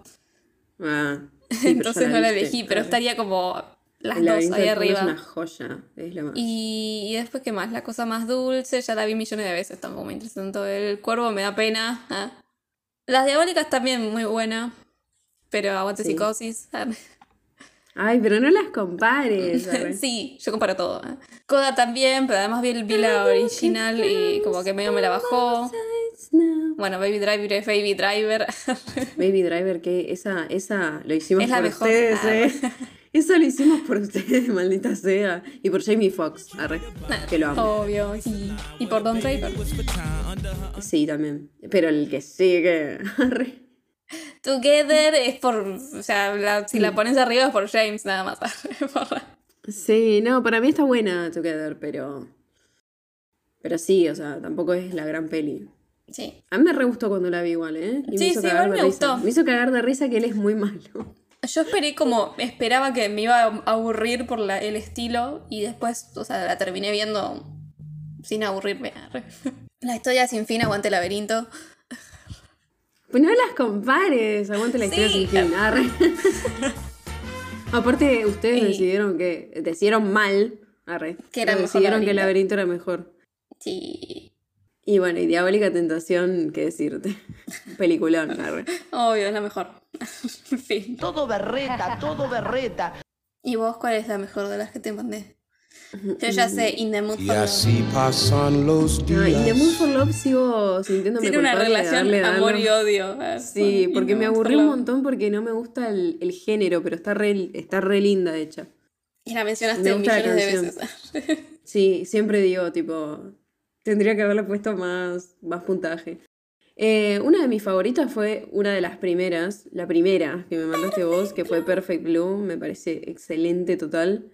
Speaker 1: Ah, sí, pero ya
Speaker 2: Entonces no la
Speaker 1: viste,
Speaker 2: elegí, pero
Speaker 1: arre.
Speaker 2: estaría como las
Speaker 1: El
Speaker 2: dos
Speaker 1: laberinto
Speaker 2: ahí
Speaker 1: del fauno Es una
Speaker 2: arriba.
Speaker 1: joya. Es la más.
Speaker 2: Y, y después, ¿qué más? La cosa más dulce, ya la vi millones de veces, tampoco me interesa tanto. El cuervo me da pena. ah. Las diabólicas también muy buena, pero aguante
Speaker 1: Sí.
Speaker 2: psicosis. ah.
Speaker 1: Ay, pero no las compares. arre.
Speaker 2: Sí, yo comparo todo. ¿eh? Coda también, pero además vi, el- vi la original y como que medio me la bajó. Bueno, Baby Driver es Baby Driver.
Speaker 1: Baby Driver, que esa, esa lo hicimos
Speaker 2: Es la
Speaker 1: por
Speaker 2: mejor.
Speaker 1: ustedes,
Speaker 2: Ah.
Speaker 1: eh. Eso lo hicimos por ustedes, maldita sea. Y por Jamie Foxx, arre, que lo amo.
Speaker 2: Obvio. Y, y por Don Draper.
Speaker 1: Sí, también. Pero el que sigue, arre.
Speaker 2: Together es por. O sea, la- si la pones arriba es por James, nada más. Por-
Speaker 1: Sí, no, para mí está buena Together, pero. Pero sí, o sea, tampoco es la gran peli.
Speaker 2: sí.
Speaker 1: A mí me re gustó cuando la vi igual, ¿eh? Y
Speaker 2: Sí,
Speaker 1: hizo
Speaker 2: sí,
Speaker 1: cagar
Speaker 2: igual
Speaker 1: de
Speaker 2: me
Speaker 1: risa.
Speaker 2: gustó.
Speaker 1: Me hizo cagar de risa que él es muy malo.
Speaker 2: Yo esperé como. Esperaba que me iba a aburrir por la- el estilo y después, o sea, la terminé viendo sin aburrirme. La historia sin fin, aguante el laberinto.
Speaker 1: Pues no las compares, aguante la historia
Speaker 2: Sí.
Speaker 1: sin fin. arre. Aparte, ustedes
Speaker 2: Y-
Speaker 1: decidieron que. Decidieron mal. Arre.
Speaker 2: Que era
Speaker 1: No,
Speaker 2: mejor
Speaker 1: decidieron que el laberinto
Speaker 2: laberinto.
Speaker 1: era mejor.
Speaker 2: Sí.
Speaker 1: Y bueno, y Diabólica Tentación, qué decirte. Peliculón, arre.
Speaker 2: Obvio, es la mejor. en fin.
Speaker 4: Todo berreta, todo berreta.
Speaker 2: ¿Y vos cuál es la mejor de las que te mandé? Yo
Speaker 1: Mm,
Speaker 2: ya sé, In the Mood for
Speaker 7: Y
Speaker 2: Love.
Speaker 7: así pasan los
Speaker 1: No, y The Mood
Speaker 7: días.
Speaker 1: for Love sigo sintiéndome
Speaker 2: Tiene una
Speaker 1: culpable de
Speaker 2: relación
Speaker 1: darle, darle.
Speaker 2: amor y odio. Ah,
Speaker 1: Sí,
Speaker 2: In
Speaker 1: porque
Speaker 2: the
Speaker 1: me
Speaker 2: Mood for
Speaker 1: aburrió un
Speaker 2: Love.
Speaker 1: montón porque no me gusta el, el género, pero está re, está re linda hecha.
Speaker 2: Y la
Speaker 1: Me
Speaker 2: mencionaste
Speaker 1: gusta la
Speaker 2: millones de
Speaker 1: canción.
Speaker 2: veces.
Speaker 1: Sí, siempre digo, tipo, tendría que haberle puesto más, más puntaje. Eh, una de mis favoritas fue una de las primeras, la primera que me mandaste vos, que fue Perfect Blue, me parece excelente total.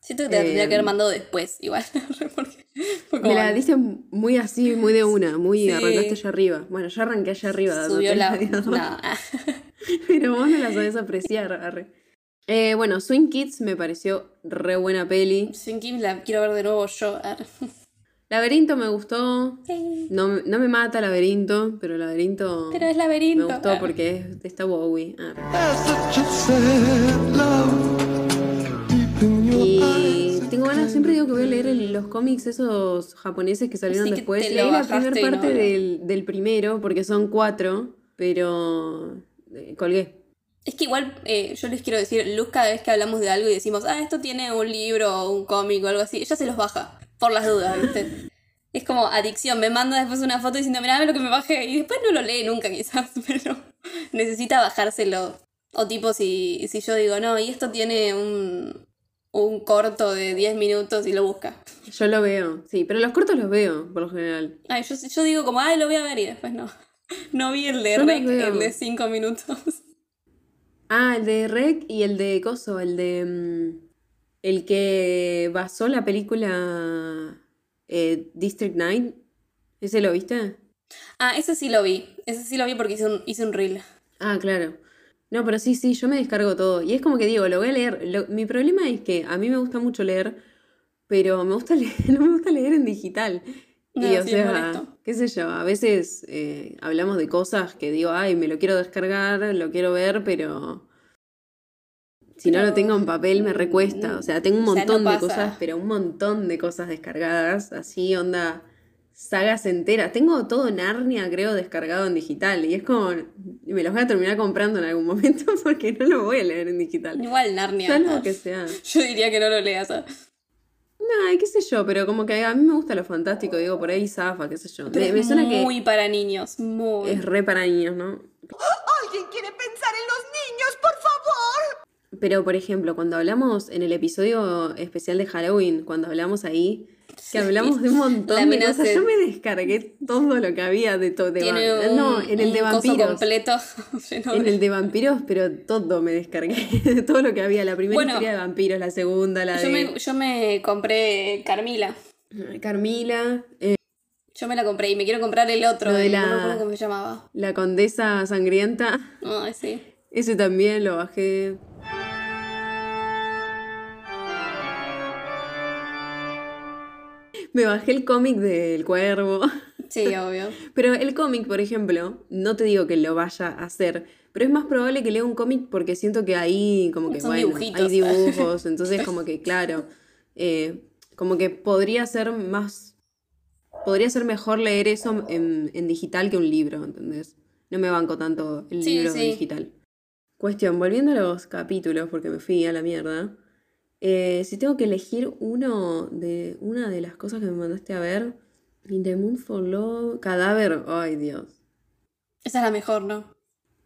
Speaker 2: Siento que te la tendría que
Speaker 1: Em,
Speaker 2: haber mandado después, igual. porque fue
Speaker 1: Me
Speaker 2: como-
Speaker 1: la diste muy así, muy de una, muy
Speaker 2: Sí.
Speaker 1: arrancaste allá arriba. Bueno, yo arranqué allá arriba. dándote
Speaker 2: Subió la.
Speaker 1: digamos.
Speaker 2: No, ah,
Speaker 1: Pero vos no la sabés apreciar, arre. Eh, bueno, Swing Kids me pareció re buena peli.
Speaker 2: Swing Kids la quiero ver de nuevo yo. ah.
Speaker 1: Laberinto me gustó.
Speaker 2: Sí,
Speaker 1: No, no me mata Laberinto, pero Laberinto...
Speaker 2: Pero es laberinto.
Speaker 1: Me gustó
Speaker 2: ah.
Speaker 1: porque es- está Bowie. Ah.
Speaker 4: There's such a sad love deep in your
Speaker 1: Y tengo ganas, siempre digo que voy a leer el- los cómics esos japoneses que salieron
Speaker 2: Sí, que
Speaker 1: después.
Speaker 2: te lo
Speaker 1: Leí la
Speaker 2: bajaste
Speaker 1: primera
Speaker 2: y no,
Speaker 1: parte
Speaker 2: no.
Speaker 1: del, del primero, porque son cuatro, pero eh, colgué.
Speaker 2: Es que igual eh, yo les quiero decir, Luz cada vez que hablamos de algo y decimos, ah, esto tiene un libro o un cómic o algo así, ella se los baja, por las dudas, ¿viste? es como adicción, me manda después una foto diciendo, mirá lo que me bajé, y después no lo lee nunca quizás, pero necesita bajárselo. O tipo si, si yo digo, no, y esto tiene un, un corto de 10 minutos y lo busca.
Speaker 1: Yo lo veo, sí, pero los cortos los veo, por lo general.
Speaker 2: Ay, yo, yo digo como, ay, lo voy a ver y después no. No vi el de
Speaker 1: Yo los
Speaker 2: Rec,
Speaker 1: veo.
Speaker 2: el de 5 minutos.
Speaker 1: Ah, el de Rec y el de Coso, el de... mm, el que basó la película eh, District 9. ¿Ese lo viste?
Speaker 2: Ah, ese sí lo vi. Ese sí lo vi porque hice un, hice un reel.
Speaker 1: Ah, claro. No, pero sí, sí, yo me descargo todo. Y es como que digo, lo voy a leer. Lo- mi problema es que a mí me gusta mucho leer, pero me gusta leer, no me gusta leer en digital. Y
Speaker 2: No,
Speaker 1: o
Speaker 2: sí, es
Speaker 1: sea,
Speaker 2: molesto.
Speaker 1: qué sé yo, a veces eh, hablamos de cosas que digo, ay, me lo quiero descargar, lo quiero ver, pero si no lo
Speaker 2: Pero-
Speaker 1: tengo en papel me recuesta. O sea, tengo un
Speaker 2: O sea, no
Speaker 1: montón de
Speaker 2: pasa.
Speaker 1: cosas, pero un montón de cosas descargadas, así onda sagas enteras. Tengo todo Narnia, creo, descargado en digital. Y es como, me los voy a terminar comprando en algún momento porque no lo voy a leer en digital.
Speaker 2: Igual Narnia.
Speaker 1: Salvo que sea.
Speaker 2: Yo diría que no lo leas. ah.
Speaker 1: No, qué sé yo, pero como que a mí me gusta lo fantástico, digo, por ahí zafa, qué sé yo.
Speaker 2: Pero
Speaker 1: Me,
Speaker 2: es
Speaker 1: me suena que
Speaker 2: muy para niños. Muy.
Speaker 1: es re para niños, ¿no?
Speaker 9: ¿Alguien quiere pensar en los niños, por favor?
Speaker 1: Pero, por ejemplo, cuando hablamos en el episodio especial de Halloween, cuando hablamos ahí, que hablamos de un
Speaker 2: La
Speaker 1: montón de
Speaker 2: mina
Speaker 1: cosas,
Speaker 2: se-
Speaker 1: yo me descargué todo lo que había de todo.
Speaker 2: Tiene un,
Speaker 1: no, en el de
Speaker 2: un coso
Speaker 1: vampiros.
Speaker 2: completo lleno
Speaker 1: En
Speaker 2: de-
Speaker 1: el de vampiros, pero todo me descargué, de todo lo que había, la primera
Speaker 2: Bueno,
Speaker 1: historia de vampiros, la segunda, la
Speaker 2: Yo me,
Speaker 1: de
Speaker 2: yo me compré Carmila.
Speaker 1: Carmila, eh,
Speaker 2: Yo me la compré y me quiero comprar el otro.
Speaker 1: Lo de
Speaker 2: el-
Speaker 1: la-
Speaker 2: No me acuerdo cómo se llamaba.
Speaker 1: la condesa sangrienta,
Speaker 2: Ay, sí.
Speaker 1: ese también lo bajé. Me bajé el cómic del cuervo.
Speaker 2: Sí, obvio.
Speaker 1: Pero el cómic, por ejemplo, no te digo que lo vaya a hacer, pero es más probable que lea un cómic porque siento que ahí como que
Speaker 2: Son
Speaker 1: bueno, hay
Speaker 2: dibujitos.
Speaker 1: dibujos, entonces como que claro, eh, como que podría ser más, podría ser mejor leer eso en, en digital que un libro, ¿entendés? No me banco tanto el
Speaker 2: Sí,
Speaker 1: libro
Speaker 2: sí.
Speaker 1: digital. Cuestión, volviendo a los capítulos, porque me fui a la mierda. eh, si tengo que elegir uno de una de las cosas que me mandaste a ver, In the Mood for Love, Cadáver, ay Dios.
Speaker 2: Esa es la mejor, ¿no?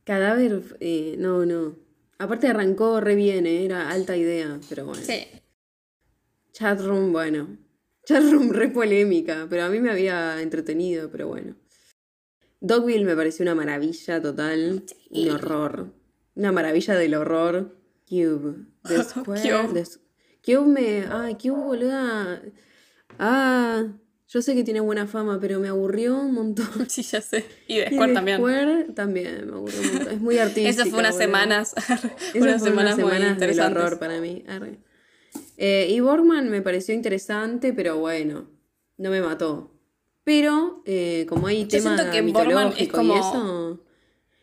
Speaker 1: Cadáver, eh, no, no. Aparte arrancó re bien, eh, era alta idea, pero bueno.
Speaker 2: Sí.
Speaker 1: Chatroom, bueno. Chatroom re polémica, pero a mí me había entretenido, pero bueno. Dogville me pareció una maravilla total. Un horror. Una maravilla del horror. Cube. The Square.
Speaker 2: Cube.
Speaker 1: The S- Cube me. Ay, Cube, boluda. Ah. Yo sé que tiene buena fama, pero me aburrió un montón.
Speaker 2: Sí, ya sé. Y de
Speaker 1: Y
Speaker 2: Square
Speaker 1: The
Speaker 2: también.
Speaker 1: Square también me aburrió un montón. Es muy artística.
Speaker 2: Eso fue unas
Speaker 1: boluda.
Speaker 2: semanas.
Speaker 1: Esas
Speaker 2: unas
Speaker 1: fueron
Speaker 2: semanas
Speaker 1: unas
Speaker 2: muy
Speaker 1: semanas del
Speaker 2: interesantes.
Speaker 1: horror para mí. arre. Eh, y Borman me pareció interesante, pero bueno, no me mató. Pero eh, como hay
Speaker 2: Yo
Speaker 1: tema
Speaker 2: siento que
Speaker 1: mitológico
Speaker 2: Borman es
Speaker 1: y
Speaker 2: como-
Speaker 1: eso,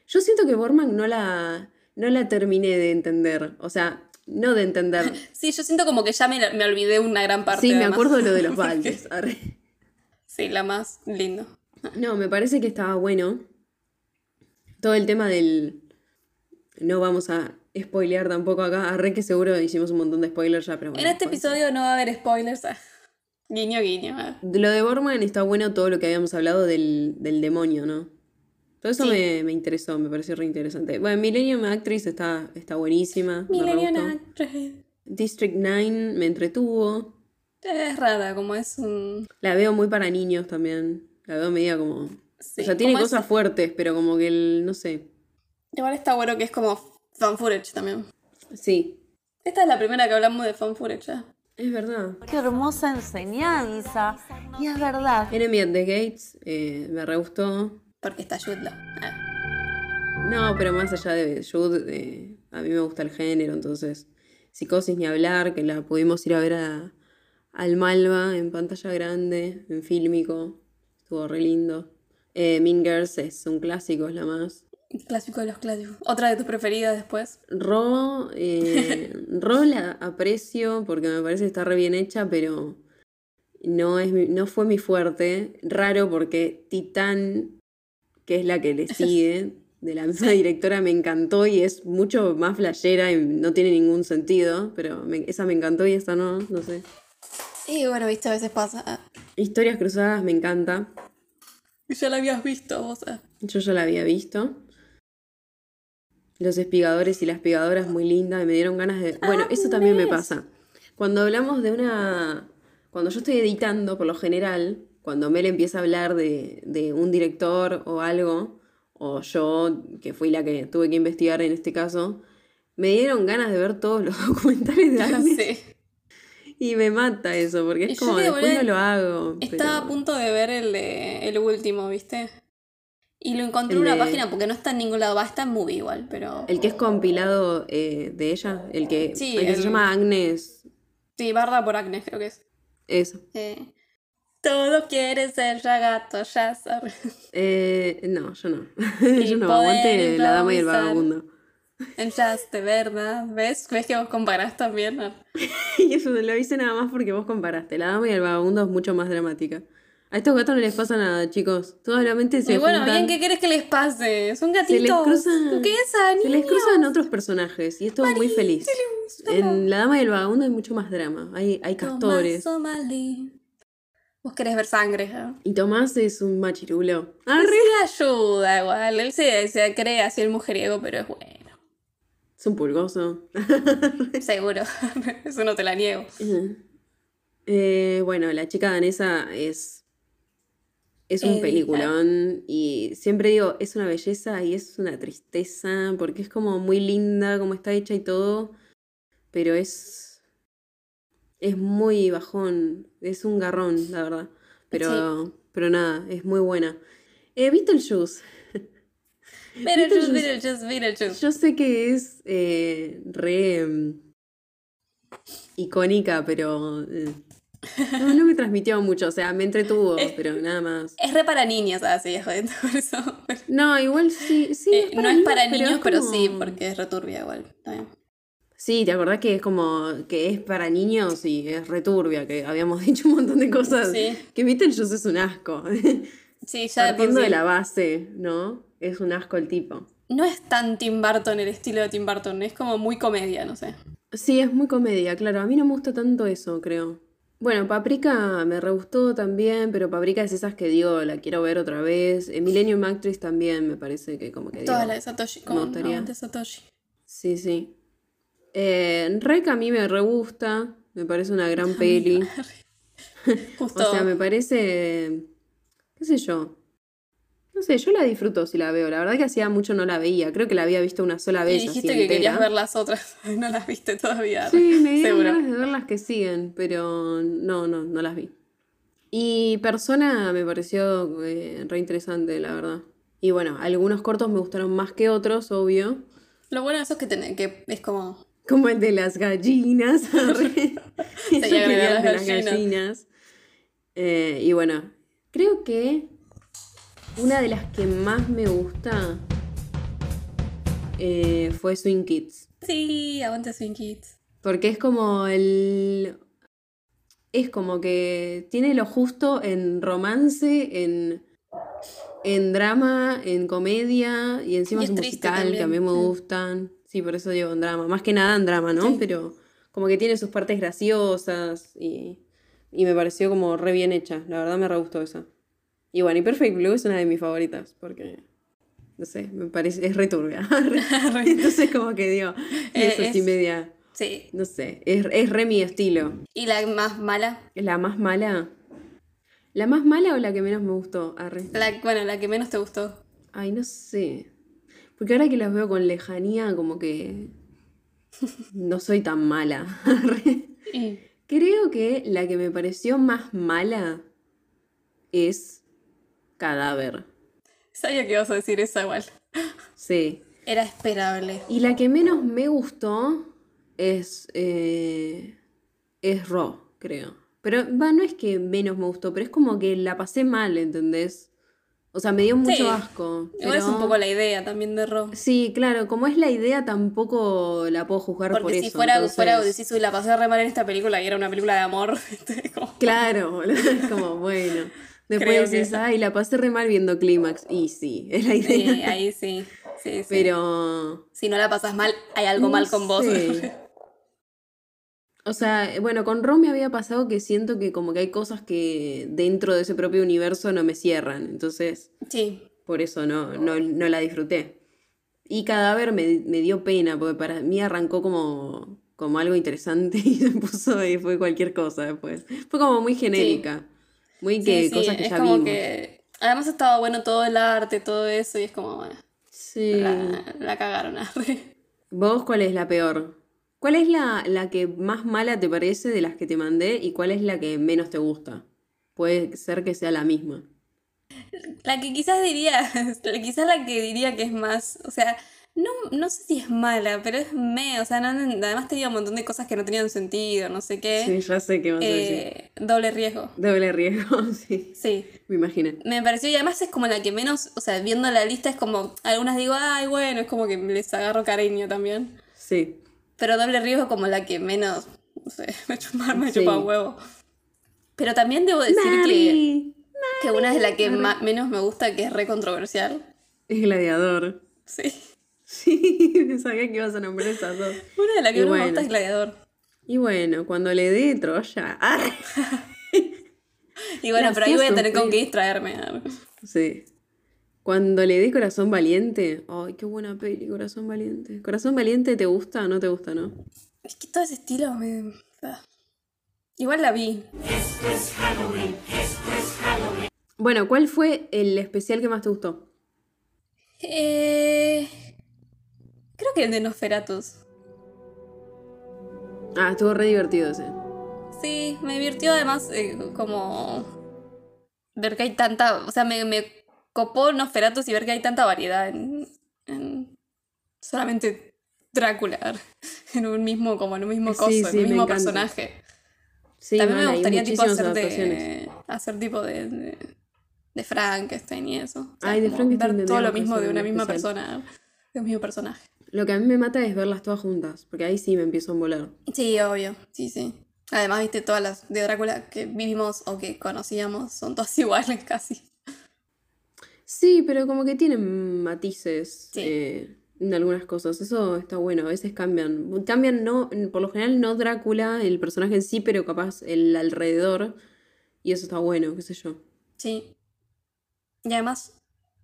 Speaker 1: yo siento que Borman no la, no la terminé de entender. O sea, no de entender.
Speaker 2: Sí, yo siento como que ya me, me olvidé una gran parte.
Speaker 1: sí, me
Speaker 2: además.
Speaker 1: acuerdo lo de los baldes. arre.
Speaker 2: Sí, la más lindo.
Speaker 1: No, me parece que estaba bueno. Todo el tema del. No vamos a spoilear tampoco acá. Arre que seguro hicimos un montón de spoilers ya, pero bueno.
Speaker 2: En este
Speaker 1: spoilers.
Speaker 2: episodio no va a haber spoilers. ah. Guiño, guiño. ah.
Speaker 1: De Lo de Borman está bueno todo lo que habíamos hablado del, del demonio, ¿no? Todo eso
Speaker 2: Sí.
Speaker 1: me, me interesó, me pareció re interesante. Bueno, Millennium Actress está, está buenísima. me re
Speaker 2: Millennium
Speaker 1: gustó.
Speaker 2: Actress.
Speaker 1: District 9 me entretuvo.
Speaker 2: Es rara, como es un.
Speaker 1: La veo muy para niños también. La veo media como.
Speaker 2: Sí,
Speaker 1: o sea, tiene
Speaker 2: como es-
Speaker 1: cosas fuertes, pero como que el. no sé.
Speaker 2: Igual está bueno que es como fan footage también.
Speaker 1: Sí.
Speaker 2: Esta es la primera que hablamos de fan footage. ah. ya.
Speaker 1: Es verdad.
Speaker 9: Qué hermosa enseñanza. Y es verdad.
Speaker 1: Enemy at the Gates eh, me re gustó.
Speaker 2: Porque está Jude Law. Ah.
Speaker 1: No, pero más allá de Jude, eh, a mí me gusta el género, entonces Psicosis ni hablar, que la pudimos ir a ver a- al Malva en pantalla grande, en fílmico, estuvo re lindo. Eh, mean Girls es un clásico, es la más.
Speaker 2: Clásico de los clásicos. Otra de tus preferidas después.
Speaker 1: Ro, eh, Ro la aprecio porque me parece que está re bien hecha, pero no, es mi- no fue mi fuerte. Raro porque Titán, que es la que le sigue, de la misma directora, me encantó y es mucho más flashera y no tiene ningún sentido, pero me- esa me encantó y esta no, no sé.
Speaker 2: Y bueno, viste, a veces pasa. Ah.
Speaker 1: Historias Cruzadas me encanta,
Speaker 2: Ya la habías visto vos. ah.
Speaker 1: yo ya la había visto.
Speaker 2: Ah,
Speaker 1: Los espigadores y las espigadoras muy lindas, me dieron ganas de... Bueno, eso también me pasa. Cuando hablamos de una. Cuando yo estoy editando, por lo general, cuando Mel empieza a hablar de, de un director o algo, o yo, que fui la que tuve que investigar en este caso, me dieron ganas de ver todos los documentales de Agnes.
Speaker 2: Sí.
Speaker 1: Y me mata eso, porque es
Speaker 2: Y yo
Speaker 1: como,
Speaker 2: te
Speaker 1: después
Speaker 2: volé-
Speaker 1: no lo hago.
Speaker 2: Estaba
Speaker 1: pero-
Speaker 2: a punto de ver el, de- el último, ¿viste? Y lo encontré en
Speaker 1: El
Speaker 2: una
Speaker 1: de-
Speaker 2: página porque no está en ningún lado. Va, está en movie igual, pero.
Speaker 1: El que es compilado eh, de ella, el que,
Speaker 2: Sí,
Speaker 1: el que se
Speaker 2: el-
Speaker 1: llama Agnes.
Speaker 2: Sí, Barda por Agnes, creo que es.
Speaker 1: Eso.
Speaker 2: Eh, Todo quiere ser ya gato, ya sabes.
Speaker 1: Eh, no, yo no.
Speaker 2: Y
Speaker 1: yo no,
Speaker 2: poder
Speaker 1: aguante la dama y el
Speaker 2: improvisar.
Speaker 1: vagabundo.
Speaker 2: En jazz, de verdad. ¿Ves? ¿Ves que vos comparás también? Ah, No.
Speaker 1: Y eso lo hice nada más porque vos comparaste. La dama y el vagabundo es mucho más dramática. A estos gatos no les pasa nada, chicos. Solamente se
Speaker 2: Y bueno,
Speaker 1: juntan,
Speaker 2: bien, ¿qué querés que les pase? Son
Speaker 1: se les
Speaker 2: gatitos.
Speaker 1: cruzan,
Speaker 2: ¿Qué es, Ani?
Speaker 1: se les cruzan otros personajes y esto es muy feliz. En La dama y el vagabundo hay mucho más drama. Hay, hay castores.
Speaker 2: Vos querés ver sangre. ¿eh?
Speaker 1: Y Tomás es un machirulo. Ah, Arre.
Speaker 2: Sí ayuda igual. Él se, se cree así el mujeriego, pero es bueno.
Speaker 1: Es un pulgoso.
Speaker 2: Seguro. Eso no te la niego.
Speaker 1: Eh, bueno, la chica danesa es, es un
Speaker 2: Eh,
Speaker 1: peliculón y siempre digo, es una belleza y es una tristeza porque es como muy linda como está hecha y todo, pero es, es muy bajón, es un garrón, la verdad. Pero, pero nada, es muy buena. Eh, Beetlejuice,
Speaker 2: Beetlejuice, Beetlejuice, Beetlejuice.
Speaker 1: yo sé que es eh, re em, icónica, pero eh, no, no me transmitió mucho, o sea, me entretuvo, pero nada más.
Speaker 2: Es re para niñas, así, es jodiendo por eso.
Speaker 1: No, igual sí, sí.
Speaker 2: Eh, no es para niños, pero,
Speaker 1: como-
Speaker 2: sí, porque es returbia igual. Está bien.
Speaker 1: Sí, ¿te acordás que es como que es para niños y es returbia, que habíamos dicho un montón de cosas?
Speaker 2: Sí.
Speaker 1: Que Beetlejuice es un asco.
Speaker 2: Sí, ya de por
Speaker 1: Partiendo de
Speaker 2: sí.
Speaker 1: la base, ¿no? Es un asco el tipo.
Speaker 2: No es tan Tim Burton el estilo de Tim Burton, es como muy comedia, no sé.
Speaker 1: Sí, es muy comedia, claro. A mí no me gusta tanto eso, creo. Bueno, Paprika me re gustó también, pero Paprika es esas que digo, la quiero ver otra vez. Eh, Millennium Actress también me parece que como que digo.
Speaker 2: Toda la de Satoshi, como
Speaker 1: gustaría.
Speaker 2: no, de Satoshi.
Speaker 1: Sí, sí. Eh, Rec a mí me re gusta, me parece una gran peli.
Speaker 2: Justo.
Speaker 1: O sea, me parece, qué sé yo. No sé, yo la disfruto si la veo. La verdad que hacía mucho no la veía. Creo que la había visto una sola
Speaker 2: y
Speaker 1: vez así
Speaker 2: dijiste que querías
Speaker 1: entera.
Speaker 2: ver las otras, no las viste todavía.
Speaker 1: Sí, me dieron
Speaker 2: Seguro.
Speaker 1: ganas de ver las que siguen, pero no, no, no las vi. Y Persona me pareció eh, re interesante, la verdad. Y bueno, algunos cortos me gustaron más que otros, obvio.
Speaker 2: Lo bueno de eso es que, tenés- que es como.
Speaker 1: Como el de las gallinas. Yo
Speaker 2: agregar
Speaker 1: quería el
Speaker 2: las
Speaker 1: de las
Speaker 2: gallinas.
Speaker 1: gallinas. Eh, y bueno, creo que una de las que más me gusta eh, fue Swing Kids.
Speaker 2: Sí, aguante Swing Kids.
Speaker 1: Porque es como el. Es como que tiene lo justo en romance, en. en drama, en comedia. Y encima
Speaker 2: Y
Speaker 1: es un
Speaker 2: es triste
Speaker 1: musical que a mí
Speaker 2: también,
Speaker 1: me
Speaker 2: sí.
Speaker 1: gustan. Sí, por eso digo en drama. Más que nada en drama, ¿no? Pero como que tiene sus partes graciosas y. Y me pareció como re bien hecha. La verdad me re gustó esa. Y bueno, y Perfect Blue es una de mis favoritas. Porque. No sé, me parece. Es returbia. Entonces, como que digo. y
Speaker 2: Eh,
Speaker 1: es así
Speaker 2: es-
Speaker 1: media.
Speaker 2: Sí.
Speaker 1: No sé, es, es re mi estilo.
Speaker 2: ¿Y la más mala?
Speaker 1: ¿La más mala? ¿La más mala o la que menos me gustó? Arre.
Speaker 2: La, bueno, la que menos te gustó.
Speaker 1: Ay, no sé. Porque ahora que las veo con lejanía, como que no soy tan mala. Arre.
Speaker 2: Y-
Speaker 1: Creo que la que me pareció más mala es Cadáver.
Speaker 2: Sabía que ibas a decir eso igual.
Speaker 1: Sí.
Speaker 2: Era esperable.
Speaker 1: Y la que menos me gustó es. eh, es Raw, creo. Pero va, no es que menos me gustó, pero es como que la pasé mal, ¿entendés? O sea, me dio mucho
Speaker 2: Sí.
Speaker 1: asco.
Speaker 2: Igual es
Speaker 1: pero-
Speaker 2: un poco la idea también de Ro.
Speaker 1: Sí, claro, como es la idea, tampoco la puedo juzgar
Speaker 2: Porque
Speaker 1: por
Speaker 2: si
Speaker 1: eso,
Speaker 2: fuera, fuera
Speaker 1: entonces-
Speaker 2: decís, "Uy, la pasé re mal en esta película y era una película de amor. es como-
Speaker 1: Claro, boludo, es como, bueno. Después
Speaker 2: Creo que-
Speaker 1: decís, ay, la pasé re mal viendo Clímax. Y sí, es la idea.
Speaker 2: Sí, eh, ahí sí. sí, sí.
Speaker 1: Pero.
Speaker 2: si no la pasas mal, hay algo
Speaker 1: No
Speaker 2: mal con vos.
Speaker 1: sé. O sea, bueno, con Ron me había pasado que siento que como que hay cosas que dentro de ese propio universo no me cierran. Entonces,
Speaker 2: sí.
Speaker 1: por eso no, no, no la disfruté. Y Cadáver me, me dio pena, porque para mí arrancó como, como algo interesante y se puso y fue cualquier cosa después. Fue como muy genérica. Muy que
Speaker 2: Sí, sí,
Speaker 1: cosas que
Speaker 2: es
Speaker 1: ya
Speaker 2: como
Speaker 1: vimos.
Speaker 2: que. Además estaba bueno todo el arte, todo eso, y es como, bueno,
Speaker 1: Sí.
Speaker 2: la, la cagaron. arre.
Speaker 1: ¿Vos cuál es la peor? ¿Cuál es la, la que más mala te parece de las que te mandé y cuál es la que menos te gusta? Puede ser que sea la misma.
Speaker 2: La que quizás diría, la- quizás la que diría que es más, o sea, no, no sé si es mala, pero es me, o sea, no- además tenía un montón de cosas que no tenían sentido, no sé qué.
Speaker 1: Sí, ya sé qué vas a decir.
Speaker 2: Eh, doble riesgo,
Speaker 1: Doble riesgo, sí.
Speaker 2: sí.
Speaker 1: Me imagino.
Speaker 2: Me pareció, y además es como la que menos, o sea, viendo la lista es como, algunas digo, ay, bueno, es como que les agarro cariño también.
Speaker 1: Sí.
Speaker 2: Pero doble riesgo como la que menos, no sé, me chupa, me
Speaker 1: Sí.
Speaker 2: chupa un huevo. Pero también debo decir que,
Speaker 1: Mari,
Speaker 2: que una de las que ma- menos me gusta, que es re controversial.
Speaker 1: Es gladiador.
Speaker 2: Sí.
Speaker 1: Sí, sabía que ibas a nombrar esas dos.
Speaker 2: Una de las que
Speaker 1: Y
Speaker 2: no me
Speaker 1: bueno.
Speaker 2: gusta es Gladiador.
Speaker 1: Y bueno, cuando le dé Troya. ¡ah!
Speaker 2: Y bueno,
Speaker 1: La
Speaker 2: pero ahí voy a
Speaker 1: hacía
Speaker 2: tener con
Speaker 1: sufrir.
Speaker 2: qué distraerme.
Speaker 1: Sí. Cuando le dé Corazón Valiente. Ay, qué buena peli, Corazón Valiente. ¿Corazón Valiente te gusta o no te gusta, no?
Speaker 2: Es que todo ese estilo me... ah. Igual la vi.
Speaker 1: Bueno, ¿cuál fue el especial que más te gustó?
Speaker 2: Eh... Creo que el de Nosferatus.
Speaker 1: Ah, estuvo re divertido ese.
Speaker 2: Sí, me divirtió además eh, como... Ver que hay tanta... O sea, me, me copó Nosferatus y ver que hay tanta variedad en... en solamente Drácula. En un mismo, como en un mismo
Speaker 1: Sí,
Speaker 2: coso,
Speaker 1: sí,
Speaker 2: en un
Speaker 1: me
Speaker 2: mismo
Speaker 1: encanta.
Speaker 2: personaje.
Speaker 1: Sí,
Speaker 2: También
Speaker 1: mal,
Speaker 2: me
Speaker 1: hay
Speaker 2: gustaría tipo
Speaker 1: muchísimas
Speaker 2: hacer
Speaker 1: adaptaciones.
Speaker 2: de, hacer tipo de, de, de Frankenstein y eso. O sea,
Speaker 1: Ay, de
Speaker 2: como
Speaker 1: Frankenstein
Speaker 2: ver todo lo
Speaker 1: tendríamos que
Speaker 2: mismo
Speaker 1: hacer
Speaker 2: de una
Speaker 1: un
Speaker 2: misma
Speaker 1: especial.
Speaker 2: persona, de un mismo personaje.
Speaker 1: Lo que a mí me mata es verlas todas juntas, porque ahí sí me empiezo a volar.
Speaker 2: Sí, obvio. Sí, sí. Además, viste, todas las de Drácula que vivimos o que conocíamos son todas iguales casi.
Speaker 1: Sí, pero como que tienen matices
Speaker 2: Sí.
Speaker 1: eh, en algunas cosas. Eso está bueno. A veces cambian. Cambian, no, por lo general, no Drácula, el personaje en sí, pero capaz el alrededor. Y eso está bueno, qué sé yo.
Speaker 2: Sí. Y además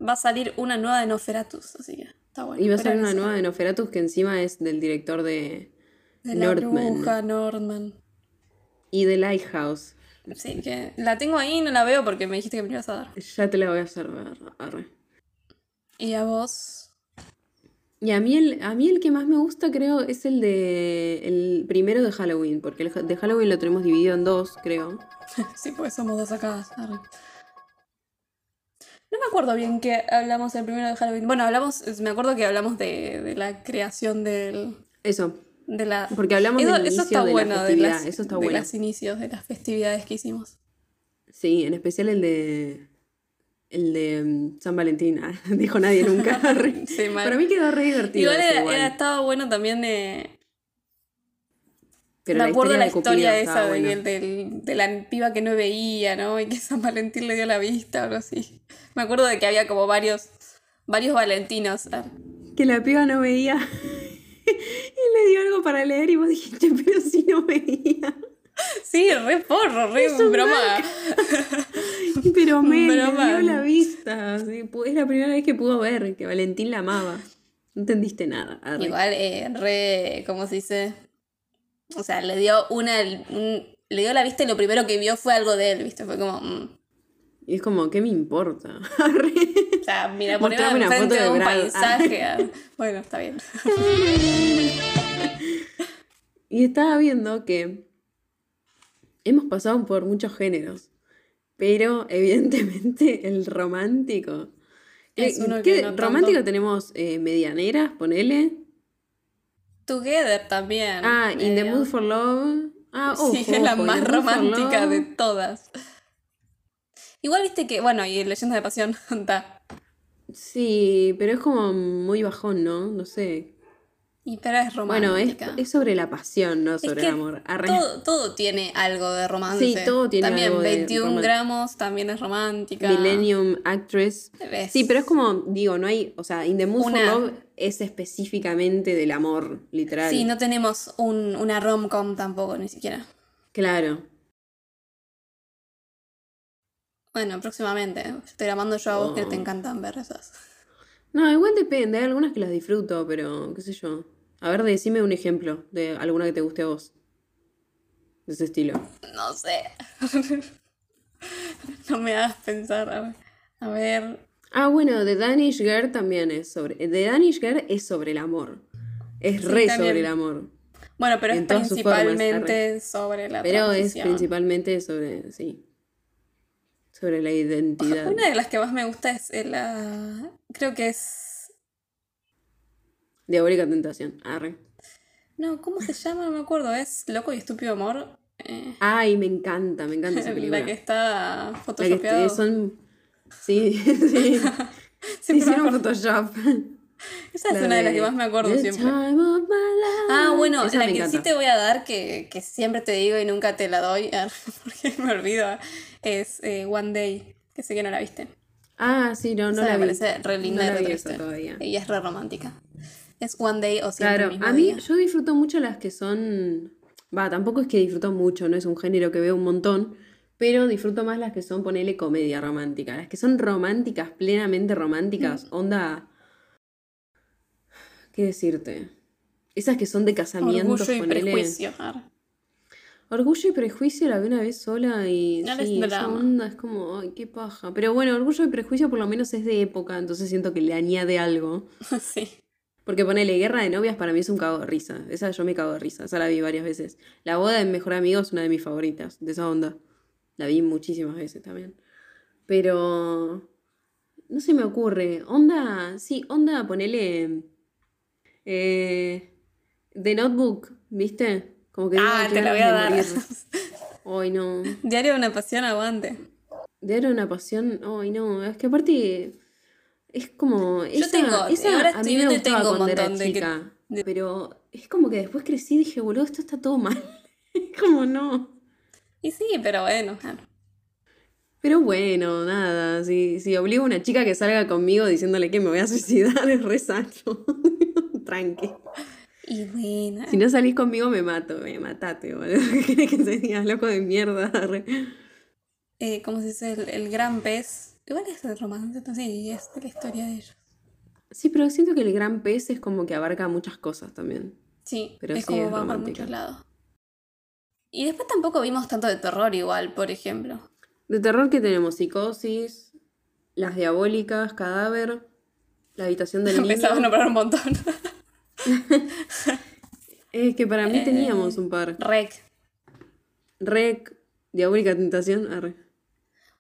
Speaker 2: va a salir una nueva de Nosferatus, así que está bueno.
Speaker 1: Y va a
Speaker 2: Espero
Speaker 1: salir una
Speaker 2: que
Speaker 1: nueva de Noferatus que encima es del director de.
Speaker 2: sea. De la
Speaker 1: Northman.
Speaker 2: bruja Norman.
Speaker 1: Y de Lighthouse.
Speaker 2: Sí, que la tengo ahí y no la veo porque me dijiste que me la ibas a dar.
Speaker 1: Ya te la voy a hacer ver. arre.
Speaker 2: Y a vos,
Speaker 1: Y a mí, el, a mí el que más me gusta creo es el de el primero de Halloween, porque el ja- de Halloween lo tenemos dividido en dos, creo.
Speaker 2: Sí, pues somos dos acá. arre. No me acuerdo bien que hablamos el primero de Halloween. Bueno, hablamos, me acuerdo que hablamos de, de la creación del,
Speaker 1: Eso,
Speaker 2: de la...
Speaker 1: porque hablamos
Speaker 2: Eso,
Speaker 1: del
Speaker 2: eso
Speaker 1: inicio
Speaker 2: está
Speaker 1: de
Speaker 2: bueno,
Speaker 1: la
Speaker 2: de,
Speaker 1: festividad,
Speaker 2: las,
Speaker 1: eso está
Speaker 2: de
Speaker 1: bueno.
Speaker 2: los inicios, de las festividades que hicimos.
Speaker 1: Sí, en especial el de el de mm, San Valentín, Ah, dijo nadie nunca. Re-
Speaker 2: Sí, mal.
Speaker 1: Para mí quedó re divertido
Speaker 2: Igual,
Speaker 1: ese
Speaker 2: era,
Speaker 1: igual.
Speaker 2: era- estaba bueno también de...
Speaker 1: Pero
Speaker 2: me acuerdo la
Speaker 1: de Cupido
Speaker 2: historia
Speaker 1: estaba
Speaker 2: esa de,
Speaker 1: buena.
Speaker 2: que- del- de la piba que no veía, ¿no? Y que San Valentín le dio la vista o algo así. Me acuerdo de que había como varios, varios Valentinos. Ah, arre.
Speaker 1: que la piba no veía y le dio algo para leer y vos dijiste, pero si no veía.
Speaker 2: Sí, re porro, re
Speaker 1: un
Speaker 2: broma.
Speaker 1: Pero me le
Speaker 2: Broma.
Speaker 1: dio la vista. sí, pu- Es la primera vez que pudo ver que Valentín la amaba. No entendiste nada. arre.
Speaker 2: Igual, eh, re, ¿cómo se dice? O sea, le dio una, un- le dio la vista y lo primero que vio fue algo de él, ¿viste? Fue como, mm.
Speaker 1: Y es como, ¿qué me importa? Arre.
Speaker 2: o sea, mira, poneme
Speaker 1: Mostrame una foto
Speaker 2: enfrente de
Speaker 1: de
Speaker 2: un
Speaker 1: Brad.
Speaker 2: paisaje. ah. Bueno, está bien.
Speaker 1: Y estaba viendo que hemos pasado por muchos géneros, pero evidentemente el romántico.
Speaker 2: Es
Speaker 1: Eh,
Speaker 2: uno
Speaker 1: ¿qué
Speaker 2: que no tanto.
Speaker 1: romántico tenemos eh, medianeras, ponele.
Speaker 2: Together también.
Speaker 1: Ah, In the
Speaker 2: medio.
Speaker 1: Mood for Love. Ah, ojo,
Speaker 2: sí, es la
Speaker 1: ojo, In
Speaker 2: más
Speaker 1: the Mood for
Speaker 2: romántica de
Speaker 1: Love.
Speaker 2: todas. Igual viste que, bueno, y Leyendas de Pasión, está.
Speaker 1: Sí, pero es como muy bajón, ¿no? No sé.
Speaker 2: Y pero es romántica.
Speaker 1: Bueno, es, es sobre la pasión, no sobre
Speaker 2: que
Speaker 1: el amor. Arre.
Speaker 2: Todo, todo tiene algo de romance.
Speaker 1: Sí, todo tiene
Speaker 2: También
Speaker 1: algo de
Speaker 2: 21
Speaker 1: romance.
Speaker 2: gramos también es romántica.
Speaker 1: Millennium Actress.
Speaker 2: ¿Ves?
Speaker 1: Sí, pero es como, digo, no hay, o sea, In the Mood
Speaker 2: Una-
Speaker 1: for Love es específicamente del amor, literal.
Speaker 2: Sí, no tenemos un, una rom-com tampoco, ni siquiera.
Speaker 1: Claro.
Speaker 2: Bueno, próximamente. Estoy grabando yo a vos que
Speaker 1: Oh.
Speaker 2: te encantan ver esas.
Speaker 1: No, igual depende, hay algunas que las disfruto, pero qué sé yo. A ver, decime un ejemplo de alguna que te guste a vos. De ese estilo.
Speaker 2: No sé. no me hagas pensar. A ver. A ver.
Speaker 1: Ah, bueno, The Danish Girl también es sobre. The Danish Girl es sobre el amor. Es
Speaker 2: Sí,
Speaker 1: re
Speaker 2: también.
Speaker 1: sobre el amor.
Speaker 2: Bueno, pero es
Speaker 1: En todas sus formas,
Speaker 2: principalmente sobre la
Speaker 1: Pero es
Speaker 2: tradición.
Speaker 1: principalmente sobre. Sí. Sobre la identidad.
Speaker 2: Una de las que más me gusta es la. Creo que es.
Speaker 1: Diabólica tentación. Arre.
Speaker 2: No, ¿cómo se llama? No me acuerdo. Es Loco y Estúpido Amor. Eh,
Speaker 1: Ay, me encanta, me encanta esa película.
Speaker 2: la que está
Speaker 1: La que
Speaker 2: photoshopeado.
Speaker 1: este- son. Sí, sí. Se
Speaker 2: Siempre me
Speaker 1: hicieron
Speaker 2: acuerdo.
Speaker 1: Photoshop.
Speaker 2: Esa es
Speaker 1: La
Speaker 2: una de las
Speaker 1: de
Speaker 2: que más me acuerdo
Speaker 1: The
Speaker 2: siempre.
Speaker 1: time of my life.
Speaker 2: Ah, bueno,
Speaker 1: Esa
Speaker 2: la
Speaker 1: me
Speaker 2: que sí
Speaker 1: encanta.
Speaker 2: te voy a dar, que, que siempre te digo y nunca te la doy, porque me olvido, es eh, One Day, que sé que no la viste.
Speaker 1: Ah, sí, no, no
Speaker 2: Esa
Speaker 1: la
Speaker 2: me
Speaker 1: vi.
Speaker 2: parece re linda
Speaker 1: no
Speaker 2: y
Speaker 1: la
Speaker 2: re
Speaker 1: vi esa
Speaker 2: triste.
Speaker 1: todavía.
Speaker 2: Y es re romántica. Es One Day o siempre
Speaker 1: Claro,
Speaker 2: el mismo
Speaker 1: a mí
Speaker 2: día.
Speaker 1: yo disfruto mucho las que son. Va, tampoco es que disfruto mucho, no es un género que veo un montón, pero disfruto más las que son, ponele comedia romántica. Las que son románticas, plenamente románticas,
Speaker 2: Mm.
Speaker 1: onda. ¿Qué decirte? Esas que son de casamientos,
Speaker 2: Orgullo y
Speaker 1: ponele.
Speaker 2: prejuicio. Ah, ar.
Speaker 1: Orgullo y prejuicio la vi una vez sola y
Speaker 2: No
Speaker 1: sí,
Speaker 2: es
Speaker 1: esa
Speaker 2: drama.
Speaker 1: onda es como, ay, qué paja. Pero bueno, orgullo y prejuicio por lo menos es de época, entonces siento que le añade algo.
Speaker 2: sí.
Speaker 1: Porque ponele guerra de novias para mí es un cago de risa. Esa yo me cago de risa, esa la vi varias veces. La boda de mi mejor amigo es una de mis favoritas, de esa onda. La vi muchísimas veces también. Pero no se me ocurre. Onda, sí, onda, ponele eh, The Notebook, ¿viste? Como que
Speaker 2: Ah,
Speaker 1: digo,
Speaker 2: te
Speaker 1: qué
Speaker 2: la voy a
Speaker 1: ganas
Speaker 2: dar.
Speaker 1: de morir. Ay, no.
Speaker 2: Diario de una pasión aguante.
Speaker 1: De era una pasión. Ay, no. Es que aparte. Es como.
Speaker 2: Yo
Speaker 1: esa,
Speaker 2: tengo-
Speaker 1: esa
Speaker 2: ahora
Speaker 1: a
Speaker 2: estoy
Speaker 1: mí me
Speaker 2: viendo y
Speaker 1: gustaba
Speaker 2: tengo un
Speaker 1: cuando era
Speaker 2: montón de que-
Speaker 1: chica.
Speaker 2: de-
Speaker 1: Pero es como que después crecí y dije, boludo, esto está todo mal. como no.
Speaker 2: Y sí, pero bueno. ah. ar.
Speaker 1: Pero bueno, nada. Si, si obligo a una chica que salga conmigo diciéndole que me voy a suicidar, es re sano. Tranqui.
Speaker 2: Y bueno.
Speaker 1: Si no salís conmigo, me mato. Me matate, boludo. ¿Qué querés que te diga? Loco de mierda. re.
Speaker 2: eh, ¿Cómo se dice? El, el gran pez. Igual es el romance, entonces sí, es de la historia de ellos.
Speaker 1: Sí, pero siento que el gran pez es como que abarca muchas cosas también.
Speaker 2: Sí,
Speaker 1: Pero
Speaker 2: es
Speaker 1: sí,
Speaker 2: como
Speaker 1: es
Speaker 2: va por
Speaker 1: romántica.
Speaker 2: muchos lados. Y después tampoco vimos tanto de terror igual, por ejemplo.
Speaker 1: De terror que tenemos psicosis, las diabólicas, cadáver, la habitación del niño.
Speaker 2: Empezamos a nombrar un montón.
Speaker 1: Es que para mí
Speaker 2: Eh,
Speaker 1: teníamos un par.
Speaker 2: Rec.
Speaker 1: Rec, diabólica tentación, arre.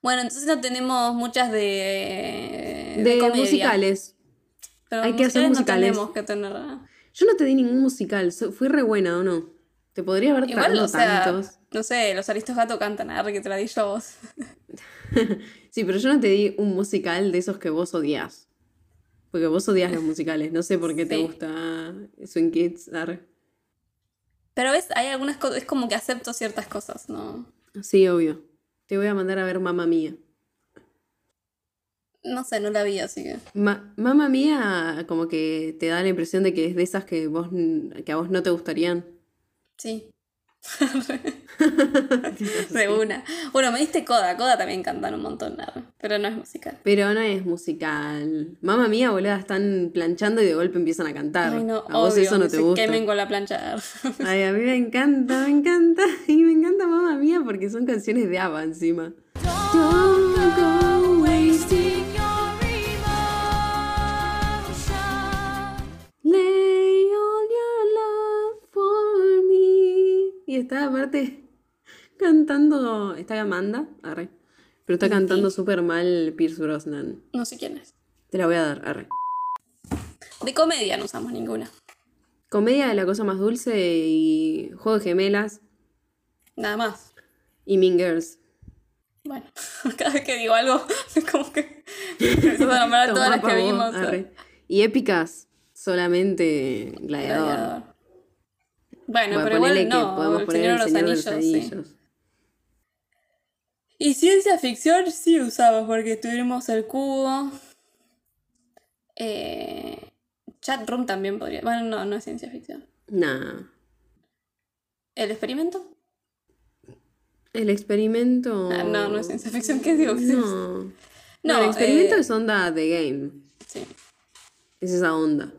Speaker 2: Bueno, entonces no tenemos muchas de...
Speaker 1: De,
Speaker 2: Eh, comedia.
Speaker 1: musicales.
Speaker 2: Pero
Speaker 1: Hay que hacer musicales.
Speaker 2: No tenemos que tener...
Speaker 1: Yo no te di ningún musical, so- fui re buena, ¿o no? Te podría haber
Speaker 2: Igual,
Speaker 1: traído
Speaker 2: o sea,
Speaker 1: tantos.
Speaker 2: no sé, los aristos gato cantan, arre que te la di yo a vos.
Speaker 1: Sí, pero yo no te di un musical de esos que vos odias. Porque vos odias los musicales, no sé por qué te
Speaker 2: Sí.
Speaker 1: gusta Swing Kids, arre.
Speaker 2: Pero ves, hay algunas cosas, es como que acepto ciertas cosas, ¿no?
Speaker 1: Sí, obvio. Te voy a mandar a ver Mamma Mía.
Speaker 2: No sé, no la vi, así que...
Speaker 1: Ma Mamma Mía como que te da la impresión de que es de esas que vos n- que a vos no te gustarían.
Speaker 2: Sí. De una. Bueno, me diste Coda. Coda también cantan un montón, nada. Pero no es musical.
Speaker 1: Pero no es musical. Mamma Mía, boluda, están planchando y de golpe empiezan a cantar.
Speaker 2: Ay, no,
Speaker 1: a vos
Speaker 2: obvio,
Speaker 1: eso no
Speaker 2: que
Speaker 1: te
Speaker 2: se
Speaker 1: gusta.
Speaker 2: quemen con la plancha.
Speaker 1: Pues, Ay, a mí me encanta, me encanta. Y me encanta Mamma Mía porque son canciones de ABBA encima. Don't go wasting Lay all your love for me. Y está aparte cantando. Está Amanda, arre. Pero está cantando súper mal Pierce Brosnan.
Speaker 2: No sé quién es.
Speaker 1: Te la voy a dar, arre.
Speaker 2: De comedia no usamos ninguna.
Speaker 1: Comedia de la cosa más dulce y Juego de Gemelas
Speaker 2: Nada más.
Speaker 1: y Mean Girls.
Speaker 2: Bueno, cada vez que digo algo, es como que empiezo a nombrar todas
Speaker 1: Tomá
Speaker 2: las
Speaker 1: pa'
Speaker 2: que
Speaker 1: vos,
Speaker 2: vimos. eh,
Speaker 1: arre. Y épicas, solamente Gladiador.
Speaker 2: Gladiador. Bueno,
Speaker 1: Bueno,
Speaker 2: pero
Speaker 1: ponele
Speaker 2: igual no.
Speaker 1: que podemos
Speaker 2: el
Speaker 1: poner El
Speaker 2: Señor de los
Speaker 1: Señor de
Speaker 2: Anillos,
Speaker 1: los
Speaker 2: sí.
Speaker 1: Anillos.
Speaker 2: Y ciencia ficción sí usamos, porque tuvimos el cubo. Eh, chat room también podría. Bueno, no, no es ciencia ficción.
Speaker 1: Nah.
Speaker 2: ¿El experimento?
Speaker 1: El experimento.
Speaker 2: Ah, no, no es ciencia ficción. ¿Qué digo? ¿Qué es?
Speaker 1: No. No, el
Speaker 2: eh,
Speaker 1: experimento es onda de game.
Speaker 2: sí.
Speaker 1: Es esa onda.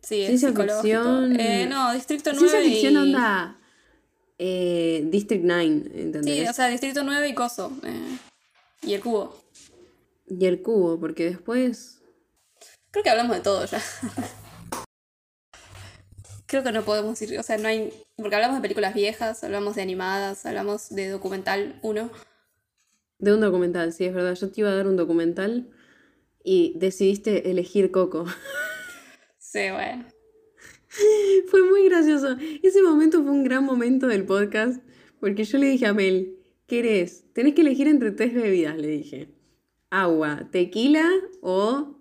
Speaker 2: Sí, es
Speaker 1: Ciencia
Speaker 2: psicológico.
Speaker 1: ficción.
Speaker 2: Eh, no, Distrito 9.
Speaker 1: Ciencia ficción
Speaker 2: y-
Speaker 1: onda eh, District 9, ¿entendés?
Speaker 2: Sí, o sea, Distrito 9 y Coso. eh, y el cubo.
Speaker 1: Y el cubo, porque después...
Speaker 2: Creo que hablamos de todo ya. Creo que no podemos ir, o sea, no hay. Porque hablamos de películas viejas, hablamos de animadas, hablamos de documental 1.
Speaker 1: De un documental, sí, es verdad. Yo te iba a dar un documental y decidiste elegir Coco.
Speaker 2: Sí, bueno.
Speaker 1: fue muy gracioso. Ese momento fue un gran momento del podcast porque yo le dije a Mel, ¿querés? Tenés que elegir entre tres bebidas, le dije. Agua, tequila o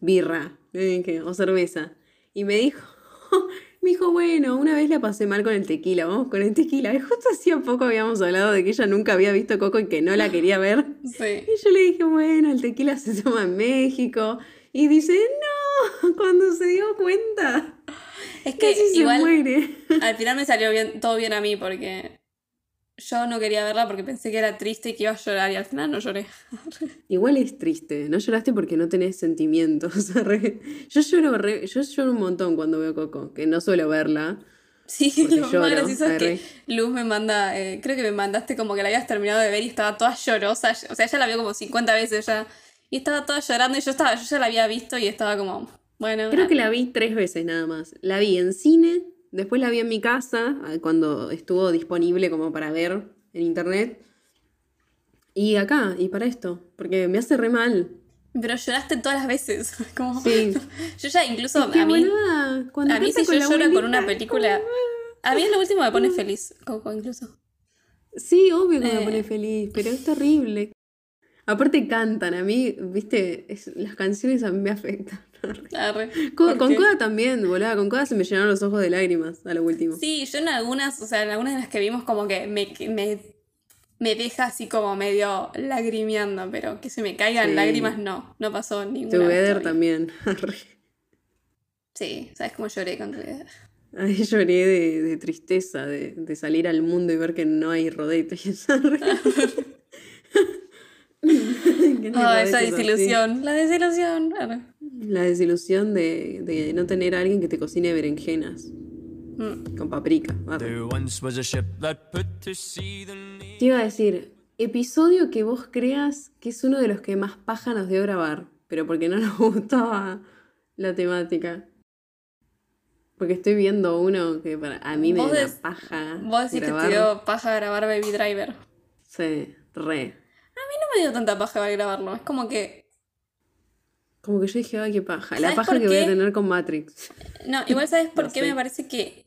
Speaker 1: birra, le dije, o cerveza. Y me dijo, me dijo, bueno, una vez la pasé mal con el tequila, vamos con el tequila. Y justo hacía poco habíamos hablado de que ella nunca había visto Coco y que no la quería ver.
Speaker 2: Sí.
Speaker 1: Y yo le dije, bueno, el tequila se toma en México. Y dice, no, cuando se dio cuenta.
Speaker 2: Es que
Speaker 1: Casi se
Speaker 2: igual.
Speaker 1: muere.
Speaker 2: Al final me salió bien, todo bien a mí porque yo no quería verla porque pensé que era triste y que iba a llorar y al final no lloré.
Speaker 1: Igual es triste, no lloraste porque no tenés sentimientos. re- Yo lloro, re- yo lloro un montón cuando veo Coco, que no suelo verla.
Speaker 2: Sí,
Speaker 1: Porque
Speaker 2: lo
Speaker 1: lloro,
Speaker 2: más gracioso es
Speaker 1: arre.
Speaker 2: que Luz me manda, eh, creo que me mandaste como que la habías terminado de ver y estaba toda llorosa. O sea, ella la vio como 50 veces ya y estaba toda llorando y yo estaba, yo ya la había visto y estaba como, bueno, ah,
Speaker 1: Creo que la vi tres veces nada más. La vi en cine, después la vi en mi casa, ah, cuando estuvo disponible como para ver en internet. Y acá, y para esto, porque me hace re mal.
Speaker 2: pero lloraste todas las veces. Como,
Speaker 1: Sí.
Speaker 2: yo ya incluso
Speaker 1: Qué
Speaker 2: a mí,
Speaker 1: boluda, cuando
Speaker 2: a mí
Speaker 1: canta con
Speaker 2: si yo
Speaker 1: la
Speaker 2: lloro con
Speaker 1: abuelita,
Speaker 2: una
Speaker 1: es
Speaker 2: película,
Speaker 1: como,
Speaker 2: a mí es lo último que me pone feliz, Coco incluso.
Speaker 1: Sí, obvio que me
Speaker 2: Eh.
Speaker 1: pone feliz, pero es terrible. Aparte cantan, a mí, viste, es- las canciones a mí me afectan.
Speaker 2: Arre.
Speaker 1: Con, con
Speaker 2: Porque-
Speaker 1: Coda también, boluda, con Coda se me llenaron los ojos de lágrimas a lo último.
Speaker 2: Sí, yo en algunas, o sea, en algunas de las que vimos como que me, me, me deja así como medio lagrimeando, pero que se me caigan
Speaker 1: Sí.
Speaker 2: lágrimas no, no pasó ninguna. vez
Speaker 1: Together
Speaker 2: todavía.
Speaker 1: también.
Speaker 2: Sí, sabes cómo lloré con Together.
Speaker 1: Ahí lloré de, de tristeza, de, de salir al mundo y ver que no hay rodetes. Que no hay
Speaker 2: Oh, esa
Speaker 1: rodetes así.
Speaker 2: desilusión, la desilusión. Arre.
Speaker 1: La desilusión de, de no tener a alguien que te cocine berenjenas
Speaker 2: Mm.
Speaker 1: con paprika. barro. Te iba a decir, episodio que vos creas que es uno de los que más paja nos dio grabar, pero porque no nos gustaba la temática. Porque estoy viendo uno que para, a mí me da
Speaker 2: Vos
Speaker 1: una
Speaker 2: des-
Speaker 1: paja.
Speaker 2: Vos decís que
Speaker 1: grabar.
Speaker 2: te dio paja grabar Baby Driver. No
Speaker 1: Sí, re.
Speaker 2: me dio tanta paja grabarlo, es como que...
Speaker 1: Como que yo dije, ay, qué paja. La
Speaker 2: ¿Sabes
Speaker 1: paja
Speaker 2: por
Speaker 1: que voy a
Speaker 2: qué?
Speaker 1: tener con Matrix.
Speaker 2: No, igual sabes por
Speaker 1: No
Speaker 2: qué
Speaker 1: sé.
Speaker 2: me parece que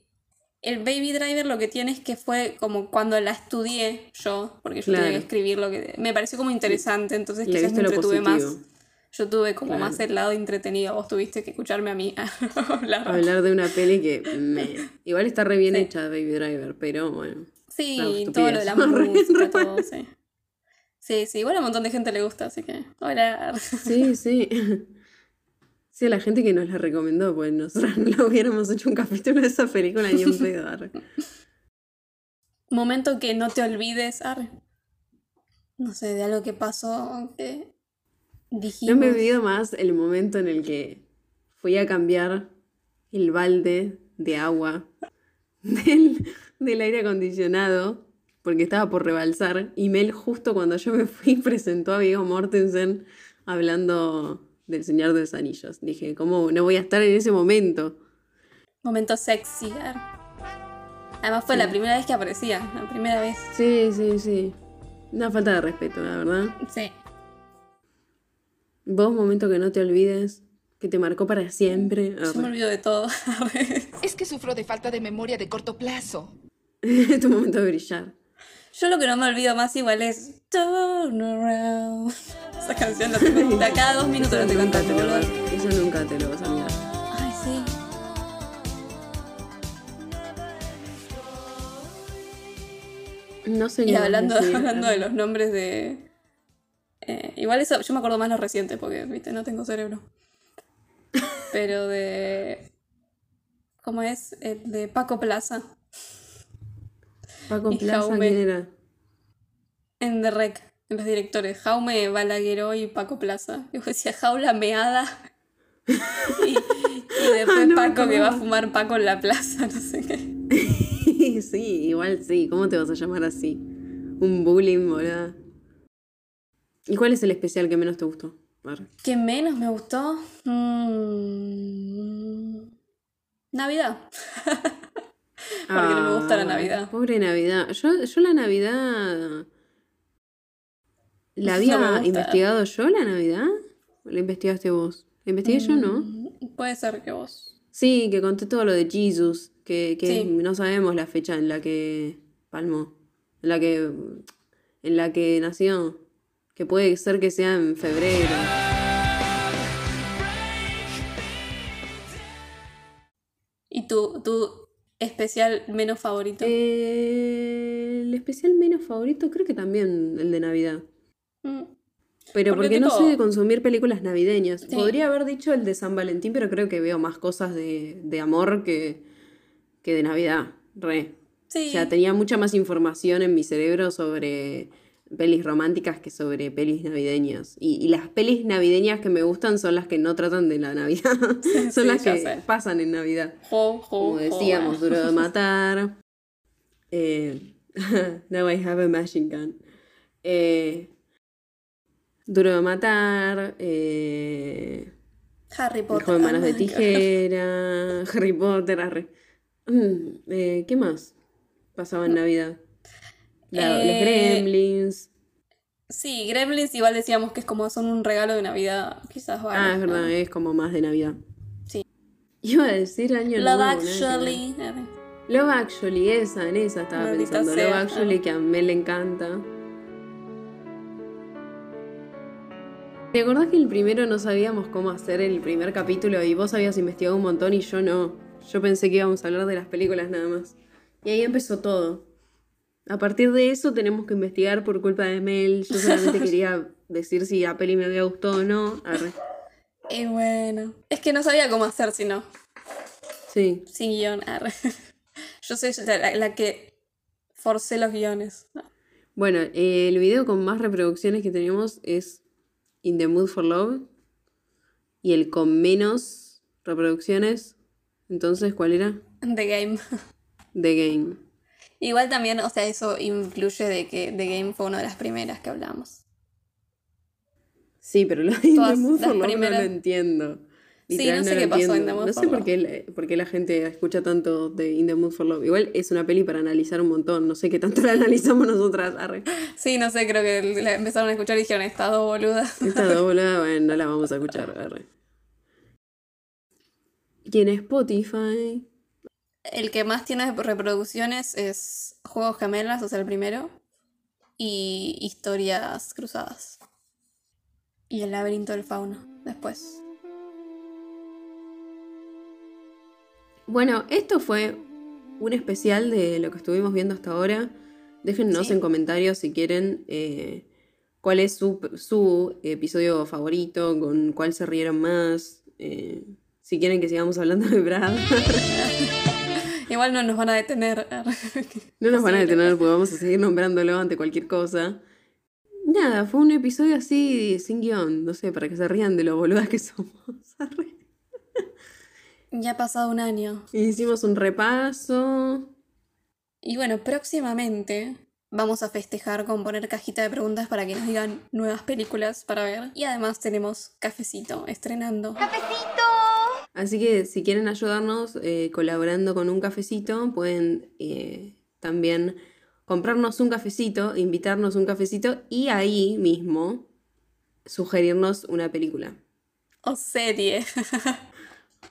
Speaker 2: el Baby Driver lo que tiene es que fue como cuando la estudié yo, porque yo tenía
Speaker 1: Claro.
Speaker 2: que escribir lo que me pareció como interesante, entonces
Speaker 1: Le
Speaker 2: quizás
Speaker 1: viste
Speaker 2: me
Speaker 1: lo
Speaker 2: entretuve más.
Speaker 1: positivo.
Speaker 2: Yo tuve como
Speaker 1: Claro.
Speaker 2: más el lado entretenido, vos tuviste que escucharme a mí hablar.
Speaker 1: Hablar de una peli que me... Igual está re bien
Speaker 2: Sí.
Speaker 1: hecha Baby Driver, pero bueno.
Speaker 2: Sí,
Speaker 1: No,
Speaker 2: y
Speaker 1: estupidez.
Speaker 2: todo lo de la
Speaker 1: Re-
Speaker 2: música,
Speaker 1: re-
Speaker 2: todo, sí. Sí, sí, igual a un montón de gente le gusta, así que. Hola.
Speaker 1: Sí, sí. Sí, a la gente que nos la recomendó, pues nosotros no la hubiéramos hecho un capítulo de esa película ni en pedo. arre.
Speaker 2: Momento que no te olvides, arre. No sé, de algo que pasó, que
Speaker 1: No
Speaker 2: dijimos.
Speaker 1: me olvido más el momento en el que fui a cambiar el balde de agua del, del aire acondicionado porque estaba por rebalsar y Mel justo cuando yo me fui presentó a Viggo Mortensen hablando del Señor de los Anillos. Dije, ¿cómo no voy a estar en ese momento?
Speaker 2: Momento sexy. ar. Además fue la primera vez que aparecía, la primera vez.
Speaker 1: Sí, sí, sí. Una falta de respeto, la verdad.
Speaker 2: Sí.
Speaker 1: Ah, Vos, momento que no te olvides, que te marcó para siempre. Ah,
Speaker 2: Yo me olvido de todo.
Speaker 8: Es que sufro de falta de memoria de corto plazo.
Speaker 1: tu momento de brillar.
Speaker 2: Yo lo que no me olvido más igual es Turn Around. Esa canción la tengo de cada dos minutos la
Speaker 1: Eso
Speaker 2: tengo
Speaker 1: nunca
Speaker 2: cantando,
Speaker 1: te lo vas,
Speaker 2: boludo.
Speaker 1: eso nunca te lo vas a olvidar.
Speaker 2: Ay, sí.
Speaker 1: No sé
Speaker 2: Y hablando, hablando de los nombres de. eh, igual eso, yo me acuerdo más los recientes porque, viste, no tengo cerebro. Pero de. ¿Cómo es? El de Paco Plaza
Speaker 1: Paco
Speaker 2: y
Speaker 1: Plaza,
Speaker 2: Jaume.
Speaker 1: ¿quién era?
Speaker 2: en The Rec, en los directores, Jaume Balagueró y Paco Plaza. Yo decía jaula meada. Y, Y después
Speaker 1: Ah, no,
Speaker 2: Paco
Speaker 1: no.
Speaker 2: que va a fumar Paco en la plaza, no sé qué.
Speaker 1: sí, igual sí. ¿Cómo te vas a llamar así? Un bullying, boludo. ¿Y cuál es el especial que menos te gustó? Arre.
Speaker 2: ¿Qué menos me gustó? Mm, Navidad. Porque no me gusta la
Speaker 1: Ah,
Speaker 2: Navidad.
Speaker 1: Pobre Navidad. Yo, yo la Navidad. ¿La
Speaker 2: No
Speaker 1: había
Speaker 2: me gusta.
Speaker 1: investigado yo la Navidad? ¿O la investigaste vos? ¿La investigué yo,
Speaker 2: Mm.
Speaker 1: no?
Speaker 2: Puede ser que vos.
Speaker 1: Sí, que conté todo lo de Jesus, que, que
Speaker 2: Sí.
Speaker 1: no sabemos la fecha en la que palmó, en la que, en la que nació, que puede ser que sea en febrero.
Speaker 2: ¿Y tu, tu especial menos favorito?
Speaker 1: Eh, el especial menos favorito creo que también el de Navidad.
Speaker 2: Mm,
Speaker 1: Pero
Speaker 2: Porque,
Speaker 1: porque, no
Speaker 2: tipo-
Speaker 1: soy de consumir películas navideñas.
Speaker 2: Sí.
Speaker 1: Podría haber dicho el de San Valentín, pero creo que veo más cosas de, de amor que, que de Navidad. Re.
Speaker 2: Sí.
Speaker 1: O sea, tenía mucha más información en mi cerebro sobre pelis románticas que sobre pelis navideñas. Y, y las pelis navideñas que me gustan son las que no tratan de la Navidad. son
Speaker 2: sí,
Speaker 1: las
Speaker 2: ya
Speaker 1: que
Speaker 2: sé.
Speaker 1: pasan en Navidad.
Speaker 2: Jo, jo,
Speaker 1: Como
Speaker 2: jo,
Speaker 1: decíamos,
Speaker 2: bueno.
Speaker 1: Duro de Matar. Eh, now I have a machine gun. Eh, Duro de Matar. Eh,
Speaker 2: Harry
Speaker 1: el
Speaker 2: Potter.
Speaker 1: joven
Speaker 2: ah,
Speaker 1: manos de
Speaker 2: my God.
Speaker 1: tijera. Harry Potter. arre. Mm, eh, ¿Qué más pasaba en Navidad? La-
Speaker 2: Eh,
Speaker 1: los Gremlins.
Speaker 2: Sí, Gremlins igual decíamos que es como son un regalo de Navidad. Quizás vale.
Speaker 1: ah, es verdad,
Speaker 2: ¿no?
Speaker 1: es como más de Navidad.
Speaker 2: Sí.
Speaker 1: Iba a decir año
Speaker 2: Love
Speaker 1: nuevo. nada que ver.
Speaker 2: Actually. eh,
Speaker 1: Love Actually, esa, en esa estaba
Speaker 2: Maldita
Speaker 1: pensando.
Speaker 2: sea,
Speaker 1: Love Actually,
Speaker 2: ah.
Speaker 1: que a Mel le encanta. ¿Te acordás que el primero no sabíamos cómo hacer el primer capítulo y vos habías investigado un montón y yo no? Yo pensé que íbamos a hablar de las películas nada más. Y ahí empezó todo. A partir de eso tenemos que investigar por culpa de Mel. Yo solamente quería decir si la peli me había gustado o no. Arre.
Speaker 2: Y bueno. Es que no sabía cómo hacer si no.
Speaker 1: Sí.
Speaker 2: Sin guión. arre. Yo soy la, la- la que forcé los guiones.
Speaker 1: Bueno, eh, el video con más reproducciones que tenemos es In the Mood for Love. Y el con menos reproducciones, entonces, ¿cuál era?
Speaker 2: The Game.
Speaker 1: The Game.
Speaker 2: Igual también, o sea, eso influye de que The Game fue una de las primeras que hablamos.
Speaker 1: Sí, pero lo de In the
Speaker 2: Todas
Speaker 1: Mood
Speaker 2: las
Speaker 1: for Love no
Speaker 2: primeras-
Speaker 1: lo entiendo.
Speaker 2: Sí,
Speaker 1: Literal,
Speaker 2: no sé
Speaker 1: lo
Speaker 2: qué pasó en The
Speaker 1: entiendo.
Speaker 2: Mood
Speaker 1: No
Speaker 2: for
Speaker 1: sé por
Speaker 2: Love.
Speaker 1: qué, la- por qué la gente escucha tanto de In the Mood for Love. Igual es una peli para analizar un montón. No sé qué tanto la analizamos nosotras. Arre.
Speaker 2: Sí, no sé, creo que la empezaron a escuchar y dijeron, estas dos boludas.
Speaker 1: Esta dobla, bueno, no la vamos a escuchar. arre. Y en Spotify.
Speaker 2: El que más tiene reproducciones es Juegos Gemelas, o sea, el primero, y Historias Cruzadas. Y El laberinto del fauno, después.
Speaker 1: Bueno, esto fue un especial de lo que estuvimos viendo hasta ahora. Déjennos
Speaker 2: Sí.
Speaker 1: en comentarios si quieren eh, cuál es su, su episodio favorito, con cuál se rieron más, eh, si quieren que sigamos hablando de Brad.
Speaker 2: Igual no nos van a detener.
Speaker 1: No nos van a
Speaker 2: Sí,
Speaker 1: detener porque vamos a seguir nombrándolo ante cualquier cosa. Nada, fue un episodio así sin guión, no sé, para que se rían de lo boludas que somos.
Speaker 2: Ya ha pasado un año.
Speaker 1: Hicimos un repaso.
Speaker 2: Y bueno, próximamente vamos a festejar con poner cajita de preguntas para que nos digan nuevas películas para ver. Y además tenemos Cafecito estrenando.
Speaker 1: Así que si quieren ayudarnos eh, colaborando con un cafecito, pueden eh, también comprarnos un cafecito, invitarnos un cafecito y ahí mismo sugerirnos una película
Speaker 2: O serie.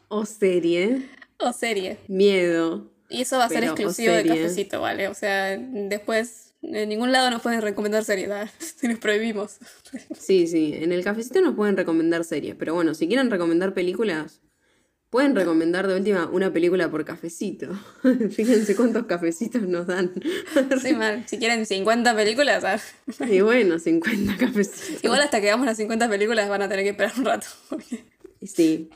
Speaker 1: o serie.
Speaker 2: o serie.
Speaker 1: Miedo.
Speaker 2: Y eso va a ser
Speaker 1: Pero, o
Speaker 2: exclusivo de
Speaker 1: serie.
Speaker 2: Cafecito, ¿vale? O sea, después en ningún lado nos pueden recomendar seriedad. Si nos prohibimos.
Speaker 1: Sí, sí, en el cafecito nos pueden recomendar series, pero bueno, si quieren recomendar películas, pueden recomendar de última una película por cafecito. Fíjense cuántos cafecitos nos dan.
Speaker 2: Sí, mal. Si quieren 50 películas, ah.
Speaker 1: Y bueno, 50 cafecitos.
Speaker 2: igual hasta que hagamos las 50 películas van a tener que esperar un rato. porque-
Speaker 1: Y Sí,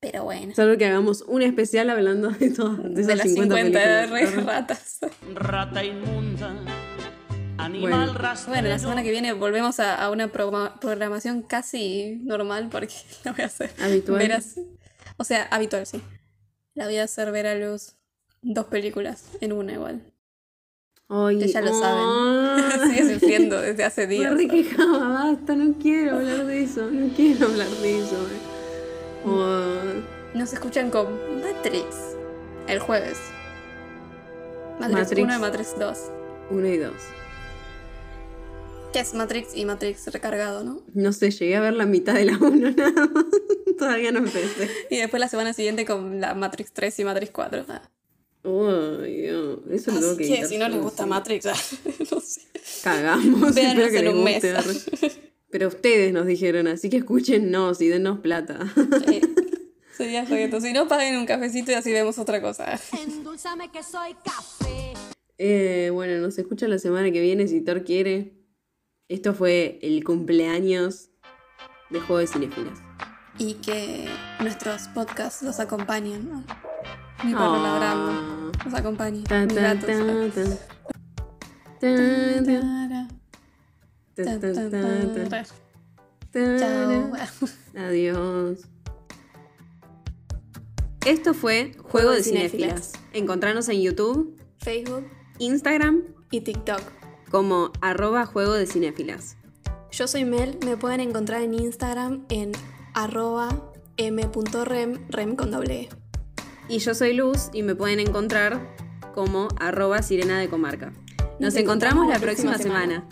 Speaker 2: Pero bueno.
Speaker 1: Salvo que hagamos un especial hablando de todas de
Speaker 2: De,
Speaker 1: esas
Speaker 2: las
Speaker 1: 50,
Speaker 2: 50, re
Speaker 1: películas.
Speaker 2: ratas.
Speaker 10: Rata inmunda,
Speaker 1: animal Bueno.
Speaker 2: Bueno, la semana que viene volvemos a, a una proma- programación casi normal porque no voy a hacer.
Speaker 1: Habitual.
Speaker 2: Verás, O sea, habitual, sí. La voy a hacer ver a Luz dos películas en una igual.
Speaker 1: Ay,
Speaker 2: Que ya lo saben.
Speaker 1: ay.
Speaker 2: Sigue sufriendo desde hace
Speaker 1: Me
Speaker 2: días.
Speaker 1: requejaba, basta, no quiero hablar de eso, no quiero hablar de eso. eh. Oh,
Speaker 2: Nos escuchan con Matrix el jueves. Matrix,
Speaker 1: Matrix.
Speaker 2: 1 y Matrix 2.
Speaker 1: uno y dos.
Speaker 2: Que es Matrix y Matrix recargado, ¿no?
Speaker 1: No sé, llegué a ver la mitad de la uno nada más. Todavía no empecé.
Speaker 2: Y después la semana siguiente con la Matrix 3 y Matrix 4.
Speaker 1: Oh, Dios, Ah, Eso lo tengo
Speaker 2: Así
Speaker 1: que
Speaker 2: que
Speaker 1: editar
Speaker 2: si no les
Speaker 1: yo,
Speaker 2: gusta
Speaker 1: sí.
Speaker 2: Matrix, no sé.
Speaker 1: Cagamos. espero
Speaker 2: Véanlos
Speaker 1: que
Speaker 2: en
Speaker 1: les
Speaker 2: un mes.
Speaker 1: guste. Pero ustedes nos dijeron, así que escúchennos y dennos plata.
Speaker 2: Eh, Sería joyeto. Si no, paguen un cafecito y así vemos otra cosa.
Speaker 9: Endulzame que soy café.
Speaker 1: Eh, bueno, nos escucha la semana que viene si Thor quiere. Esto fue el cumpleaños de Juego de Cinefilas.
Speaker 2: Y que nuestros podcasts los acompañen. ¿no? Mi perro
Speaker 1: Ah.
Speaker 2: ladrando. Los acompañe.
Speaker 1: Ta,
Speaker 2: mis
Speaker 1: ta,
Speaker 2: gatos.
Speaker 1: ta, ta. Ta, ta,
Speaker 2: Tara,
Speaker 1: ta,
Speaker 2: ta,
Speaker 1: ta,
Speaker 2: ta,
Speaker 1: ta, ta,
Speaker 2: ta.
Speaker 1: ta.
Speaker 2: Chao.
Speaker 1: Adiós. Esto fue Juego de Cinefilas. Encontrarnos en YouTube,
Speaker 2: Facebook
Speaker 1: Instagram
Speaker 2: y TikTok.
Speaker 1: como arroba Juego de Cinefilas.
Speaker 2: Yo soy Mel, me pueden encontrar en Instagram en arroba m.rem, rem con doble E.
Speaker 1: Y yo soy Luz y me pueden encontrar como arroba sirena de comarca. Nos encontramos la próxima semana.